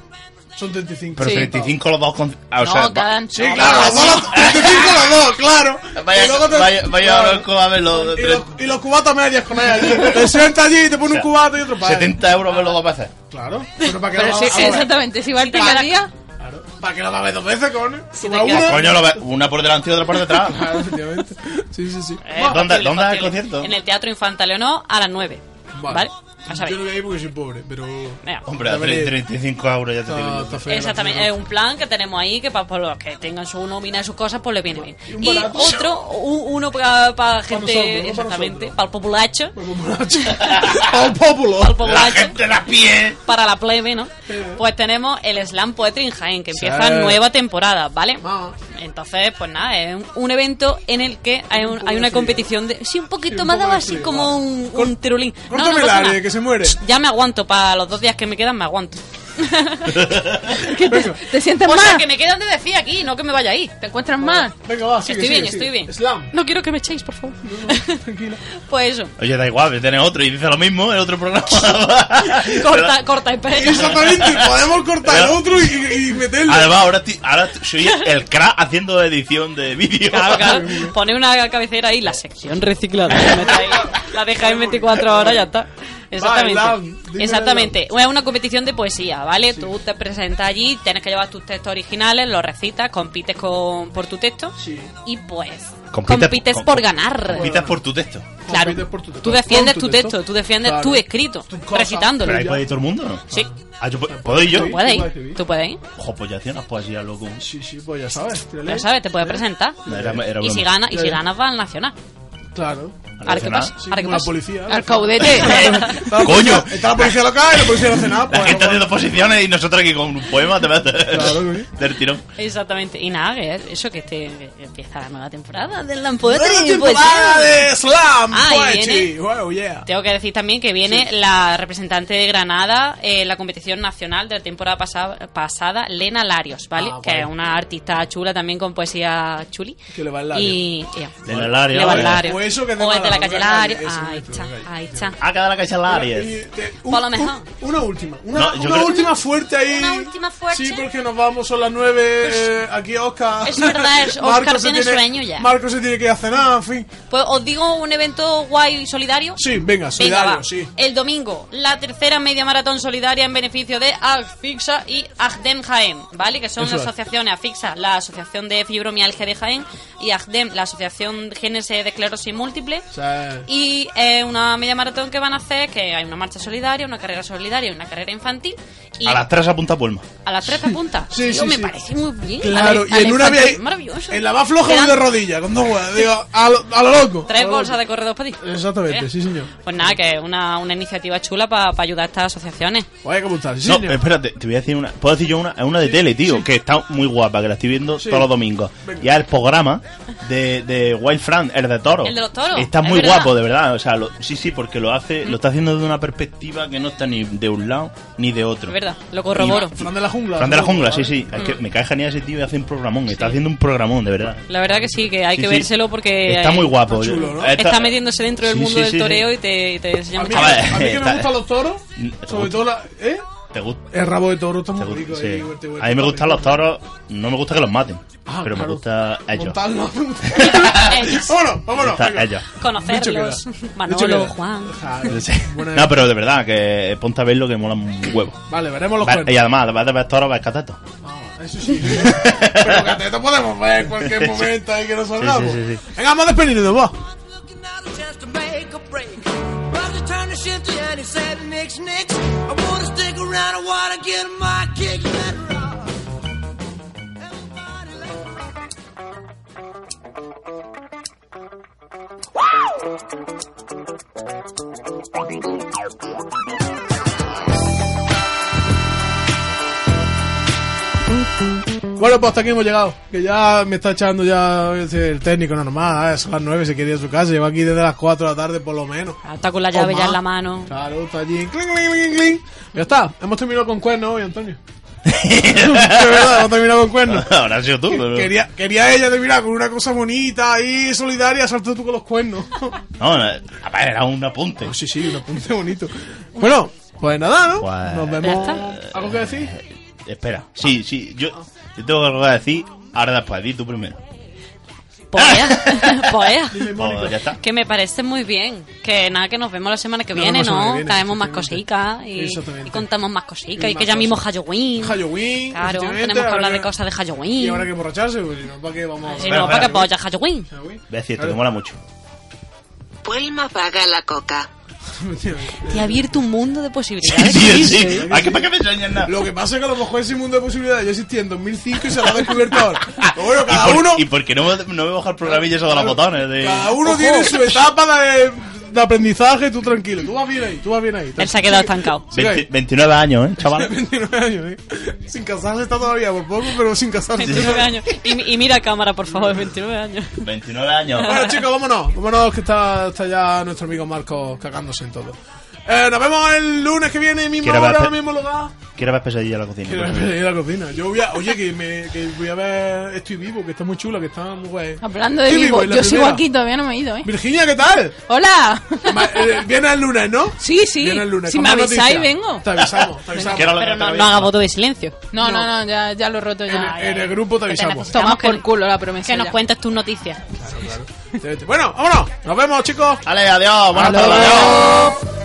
Son 35.
Pero 35 los dos. Con... ah, o
pues. No,
sea, va-
quedan-
Sí, claro, los
[LAUGHS]
dos, 35 los dos, claro.
Vaya,
Y luego te-
vaya, vaya
claro.
loco, a ver, los,
Y los, y los cubatas medias con ella allí.
[LAUGHS]
Te sientas allí y te pone un cubata y otro para.
70 euros verlo dos veces.
Claro. Pero para que
Pero
lo
sí,
va- vamos a ver. Ah,
exactamente, si va el primer día,
Claro. Para que lo va a ver dos veces, cojones.
Si te
Una,
quedas-
una.
Coño, lo ve- una por delante y otra por detrás.
Claro, efectivamente. Sí, sí, sí.
Eh,
Va,
¿Dónde-
fácil,
dónde es el
fácil.
concierto?
En el Teatro Infanta Leonor a las 9.
Vale.
Vale. Ya
Yo
sabéis.
no voy a ir porque soy pobre, pero.
Venga.
Hombre, a tre- 35 euros ya te
Está,
digo.
está feo.
Exactamente, es un plan que tenemos ahí que para los que tengan su nómina y sus cosas, pues le viene bien.
Y un
Y
barato.
otro, u- uno para gente,
nosotros, ¿no? Para
exactamente,
nosotros.
para el populacho,
Pues
[LAUGHS]
Al populo.
para el
La
populacho,
gente la
[LAUGHS]
pie.
para la plebe, ¿no? Pues tenemos el Slam Poetry en Jaén, que
Sí.
empieza nueva temporada, ¿vale?
Ah.
Entonces, pues nada, es un, un evento en el que hay, un- hay una competición de... Sí, un poquito
Sí, un
me ha
poco
dado
de
así
frío,
como
va.
un,
Cor-
un tirulín. No, no
Córtame el
pasa
área,
nada.
que se muere.
Ya me aguanto, para los dos días que me quedan me aguanto.
¿qué te, [LAUGHS] te
[LAUGHS]
sientes
O sea,
mal?
que me quedan de decir aquí, no que me vaya ahí.
¿Te encuentras mal?
Venga, va, sigue, sigue,
estoy bien,
sigue.
estoy bien.
Slam.
No quiero que me echéis, por favor.
Tranquila.
pues eso.
Oye, da igual, tiene otro y dice lo mismo en otro programa.
[LAUGHS] Corta, corta y pega.
Exactamente, podemos cortar el
Pero-
otro y, y meterlo.
Además, ahora, ti- ahora soy el crack haciendo edición de vídeo.
Claro, claro. Pone una cabecera ahí, la sección reciclada. la mete ahí, La dejáis 24 horas, ya está. Exactamente.
Bailando, dímelo.
Exactamente. Es una competición de poesía, ¿vale? Tú te presentas allí, tienes que llevar tus textos originales, los recitas, compites con, por tu texto y pues compites,
com-
por ganar.
Compites por tu texto.
Claro,
Compites por tu texto.
tú defiendes
Con
tu texto, tú defiendes
Claro.
tu escrito,
cosas.
recitándolo.
Pero ahí puede ir todo el mundo, ¿no?
Sí,
Ah, yo, pu- ¿Puedo ir yo?
tú puedes ir, tú puedes ir.
Ojo, pues ya hacía unas poesías, loco.
Sí, sí, pues ya sabes. tírale.
Pero sabes, te puedes presentar.
No, era- era
Y si
broma.
ganas, y si ganas va al nacional.
Claro.
Ahora qué
Nacional.
pasa,
Sí,
ahora qué
como la
pasa.
policía.
Al caudete.
[LAUGHS]
Está la
¡Coño!
policía- Está la policía local y la policía nacional.
La
Pues,
gente haciendo posiciones y nosotros aquí con un poema te metes
Claro, sí.
[LAUGHS] del tirón.
Exactamente. Y nada, que eso que, este, que empieza la nueva temporada del Land Poetry.
¡Nueva
pues,
temporada de Slam
Ah, y
Poetry!
viene-
¡Wow, yeah!
Tengo que decir también que viene la representante de Granada eh, en la competición nacional de la temporada pasa- pasada, Lena Larios, ¿vale?
Ah,
que
guay.
es una artista chula también con poesía chuli.
Que le va el Larios. Pues
Y, y-
De la Larios.
Le va el
O
Larios.
eso que es de
o es de la
Málaga,
calle
de la calle,
Larios.
eso,
Ahí
de la
está,
calle.
ahí está.
Ah, Ha quedado la caixa en la Aries.
Y te-
Por lo mejor.
una última. Una,
No, yo
una
creo-
última fuerte ahí.
Una última fuerte.
Sí, porque nos vamos, son las nueve. eh, aquí Oscar.
Es verdad,
[LAUGHS]
es-
Marco
Oscar
se
tiene sueño ya.
Marco se tiene que ir a cenar, en fin.
Pues os digo un evento guay y solidario.
Sí, venga,
Venga,
solidario,
va.
sí.
El domingo, la tercera media maratón solidaria en beneficio de Afixa y Agdem Jaén, ¿vale? Que son
Eso es.
asociaciones Afixa, la Asociación de Fibromialgia de Jaén, y Agdem, la Asociación GNS de Esclerosis Múltiple.
O sea,
Y eh, una media maratón que van a hacer, que hay una marcha solidaria, una carrera solidaria y una carrera infantil. Y
A las 3 apunta Puelma.
a las tres te apunta.
Sí,
Tío,
sí,
me
sí.
parece muy bien.
Claro,
A la-
y
a
en
la
una
infantil,
había ahí-
Maravilloso.
En la más floja
Te
voy
dan
de rodillas, con dos huevas. Digo, a lo, a lo loco. a
Tres
lo
bolsas
loco.
de corredor para ti.
Exactamente,
Eh.
sí, señor.
Pues nada, que es una, una iniciativa chula para ayudar a estas asociaciones.
Pues hay que apuntar, sí,
No, eh,
señor.
espérate, te voy a decir una. ¿Puedo decir yo una? Es una de tele, tío, que está muy guapa, que la estoy viendo
Sí.
todos los domingos.
Venga.
Ya el programa de, de Wild Fran, el de toros.
El de los toros,
Está
es
muy
verdad. Mm.
guapo, de verdad. O sea, lo- sí, sí, porque lo hace, lo está haciendo de una perspectiva que no está ni de un lado ni de otro.
Es verdad, lo corroboro. Mm.
Fran de la jungla.
Fran de la
supongo,
jungla, sí,
¿vale?
sí. Es que me cae genial ese tío y hace un programón. Está haciendo un programón, de verdad.
La verdad que sí, que hay
Sí,
que
sí.
vérselo porque...
Está
eh,
muy guapo.
Está chulo, ¿no?
Está, metiéndose dentro del
Sí,
mundo
sí,
del
sí, sí.
toreo y te, y te enseña
A mí,
mucho.
que-
Chaval,
a mí que me
está-
gustan los toros, sobre
Mm, eh, gusta.
todo la. ¿Eh?
¿Te gusta?
El rabo de toro está muy
Te gusta,
rico. eh,
sí.
ahí, huerte, huerte,
A mí me gustan los
huerte.
toros, no me gusta que los maten,
Ah,
pero
claro.
me gusta ellos.
Montarlo.
[LAUGHS]
[LAUGHS] Ellos.
vámonos, vámonos.
Está
venga.
ellos.
Dicho queda.
Conocerlos.
Dicho
Manolo,
queda.
Juan...
Ja, buena-
No, pero de verdad, que ponte a verlo que mola un huevo.
Vale, veremos los
Va-
cuernos.
y además, vas a ver toros, vas a catetos.
Ah, eso
[LAUGHS]
sí. pero que te- te podemos ver en cualquier momento ahí que nos salgamos.
sí, sí,
Venga, vamos a despedirnos, va.
Not a chance to make a break. Roger turned the shit to and he said, Nix, Nix, I wanna stick around, I wanna get my kick. Let it rock. Everybody let it rock.
Bueno, pues hasta aquí hemos llegado. Que ya me está echando ya es el técnico normal. Es las 9, se quiere ir a su casa. Lleva aquí desde las 4 de la tarde, por lo menos.
Está con la llave
O
ya
más.
en la mano.
Claro, está allí. Cling, cling, cling, cling. Ya está. Hemos terminado con cuernos hoy, Antonio. [LAUGHS] [LAUGHS] De verdad, hemos terminado con cuernos.
[LAUGHS] Ahora has sido tú. pero-
Quería, quería ella terminar con una cosa bonita y solidaria. Saltó tú con los cuernos. [LAUGHS]
No, no, a ver, era un apunte.
Oh, sí, sí, un apunte bonito. Bueno, pues nada, ¿no?
Pues-
Nos
Ya
vemos.
está.
¿Algo que decir?
Espera, sí, sí, yo, yo tengo algo que decir. Ahora después, di tú primero.
Poea. Poea.
Dime, Mónica.
Pues ya está.
Que me parece muy bien. Que nada, que nos vemos la semana que
Nos
viene,
vemos la semana
¿no?
que viene,
Traemos más
efectivamente.
cositas y,
Exactamente.
y contamos más cositas.
Y
Y que
más
ya mismo
cosas.
Halloween.
Halloween.
Claro,
efectivamente,
tenemos que
habrá
hablar de cosas de Halloween.
Y habrá que emborracharse, pues, si no, ¿para qué vamos a
Si
Espera,
no, ¿para
espera.
qué polla Halloween?
Halloween?
Voy a decir esto,
Claro.
que
[LAUGHS]
mola mucho.
Puelma paga la coca.
[LAUGHS]
[LAUGHS]
Te ha abierto un mundo de
Sí,
posibilidades.
sí, sí. ¿A qué para qué me enseñas nada?
Lo que pasa es que a lo mejor ese mundo de posibilidades ya existía en 2005 y se lo ha descubierto ahora. Pero bueno, cada
[LAUGHS] ¿Y por,
uno,
¿Y por qué no me, no me baja el programilla eso de los botones? De...
cada uno tiene su etapa de, de aprendizaje, tú tranquilo. Tú vas bien ahí, tú vas bien ahí.
Él se ha quedado estancado.
Sí, ahí.
20 29 años, ¿eh,
[LAUGHS]
chaval?
29 años, ¿eh? Sin casarse está todavía, por poco, pero sin casarse.
29 años. Y, y mira a cámara, por favor, 29 años.
29 años.
Bueno, chicos, vámonos. Vámonos, que está, está ya nuestro amigo Marcos cagándose en todo. Eh, nos vemos el lunes que viene, mismo
Quiero
hora,
verte-
mismo lugar.
Quiero ver pesadilla en la cocina.
Quiero ver ir a la cocina. Yo voy a, oye, que, me, que voy a ver Estoy Vivo, que está muy chula, que está muy guay.
Hablando de
Estoy
vivo,
es la
yo sigo
primera.
aquí, todavía no me he ido, ¿eh?
Virginia, ¿qué tal?
¡Hola!
Ma- eh, Viene el lunes, ¿no?
Sí, sí.
Viene el lunes.
Si
con
me
más
avisáis,
noticias.
vengo.
Te avisamos, te avisamos.
Quiero hablar
Pero
de
no, no
pesadilla.
haga voto de silencio.
[LAUGHS] No, no, no, ya, ya lo he roto
En,
ya.
en el grupo te
Que te
avisamos.
necesitamos
Tomas por
que-
culo la promesa
Que nos
ya.
cuentes tus noticias.
Bueno, vámonos. Nos vemos, chicos.
Vale, adiós. Buenas tardes. adiós.
Adiós.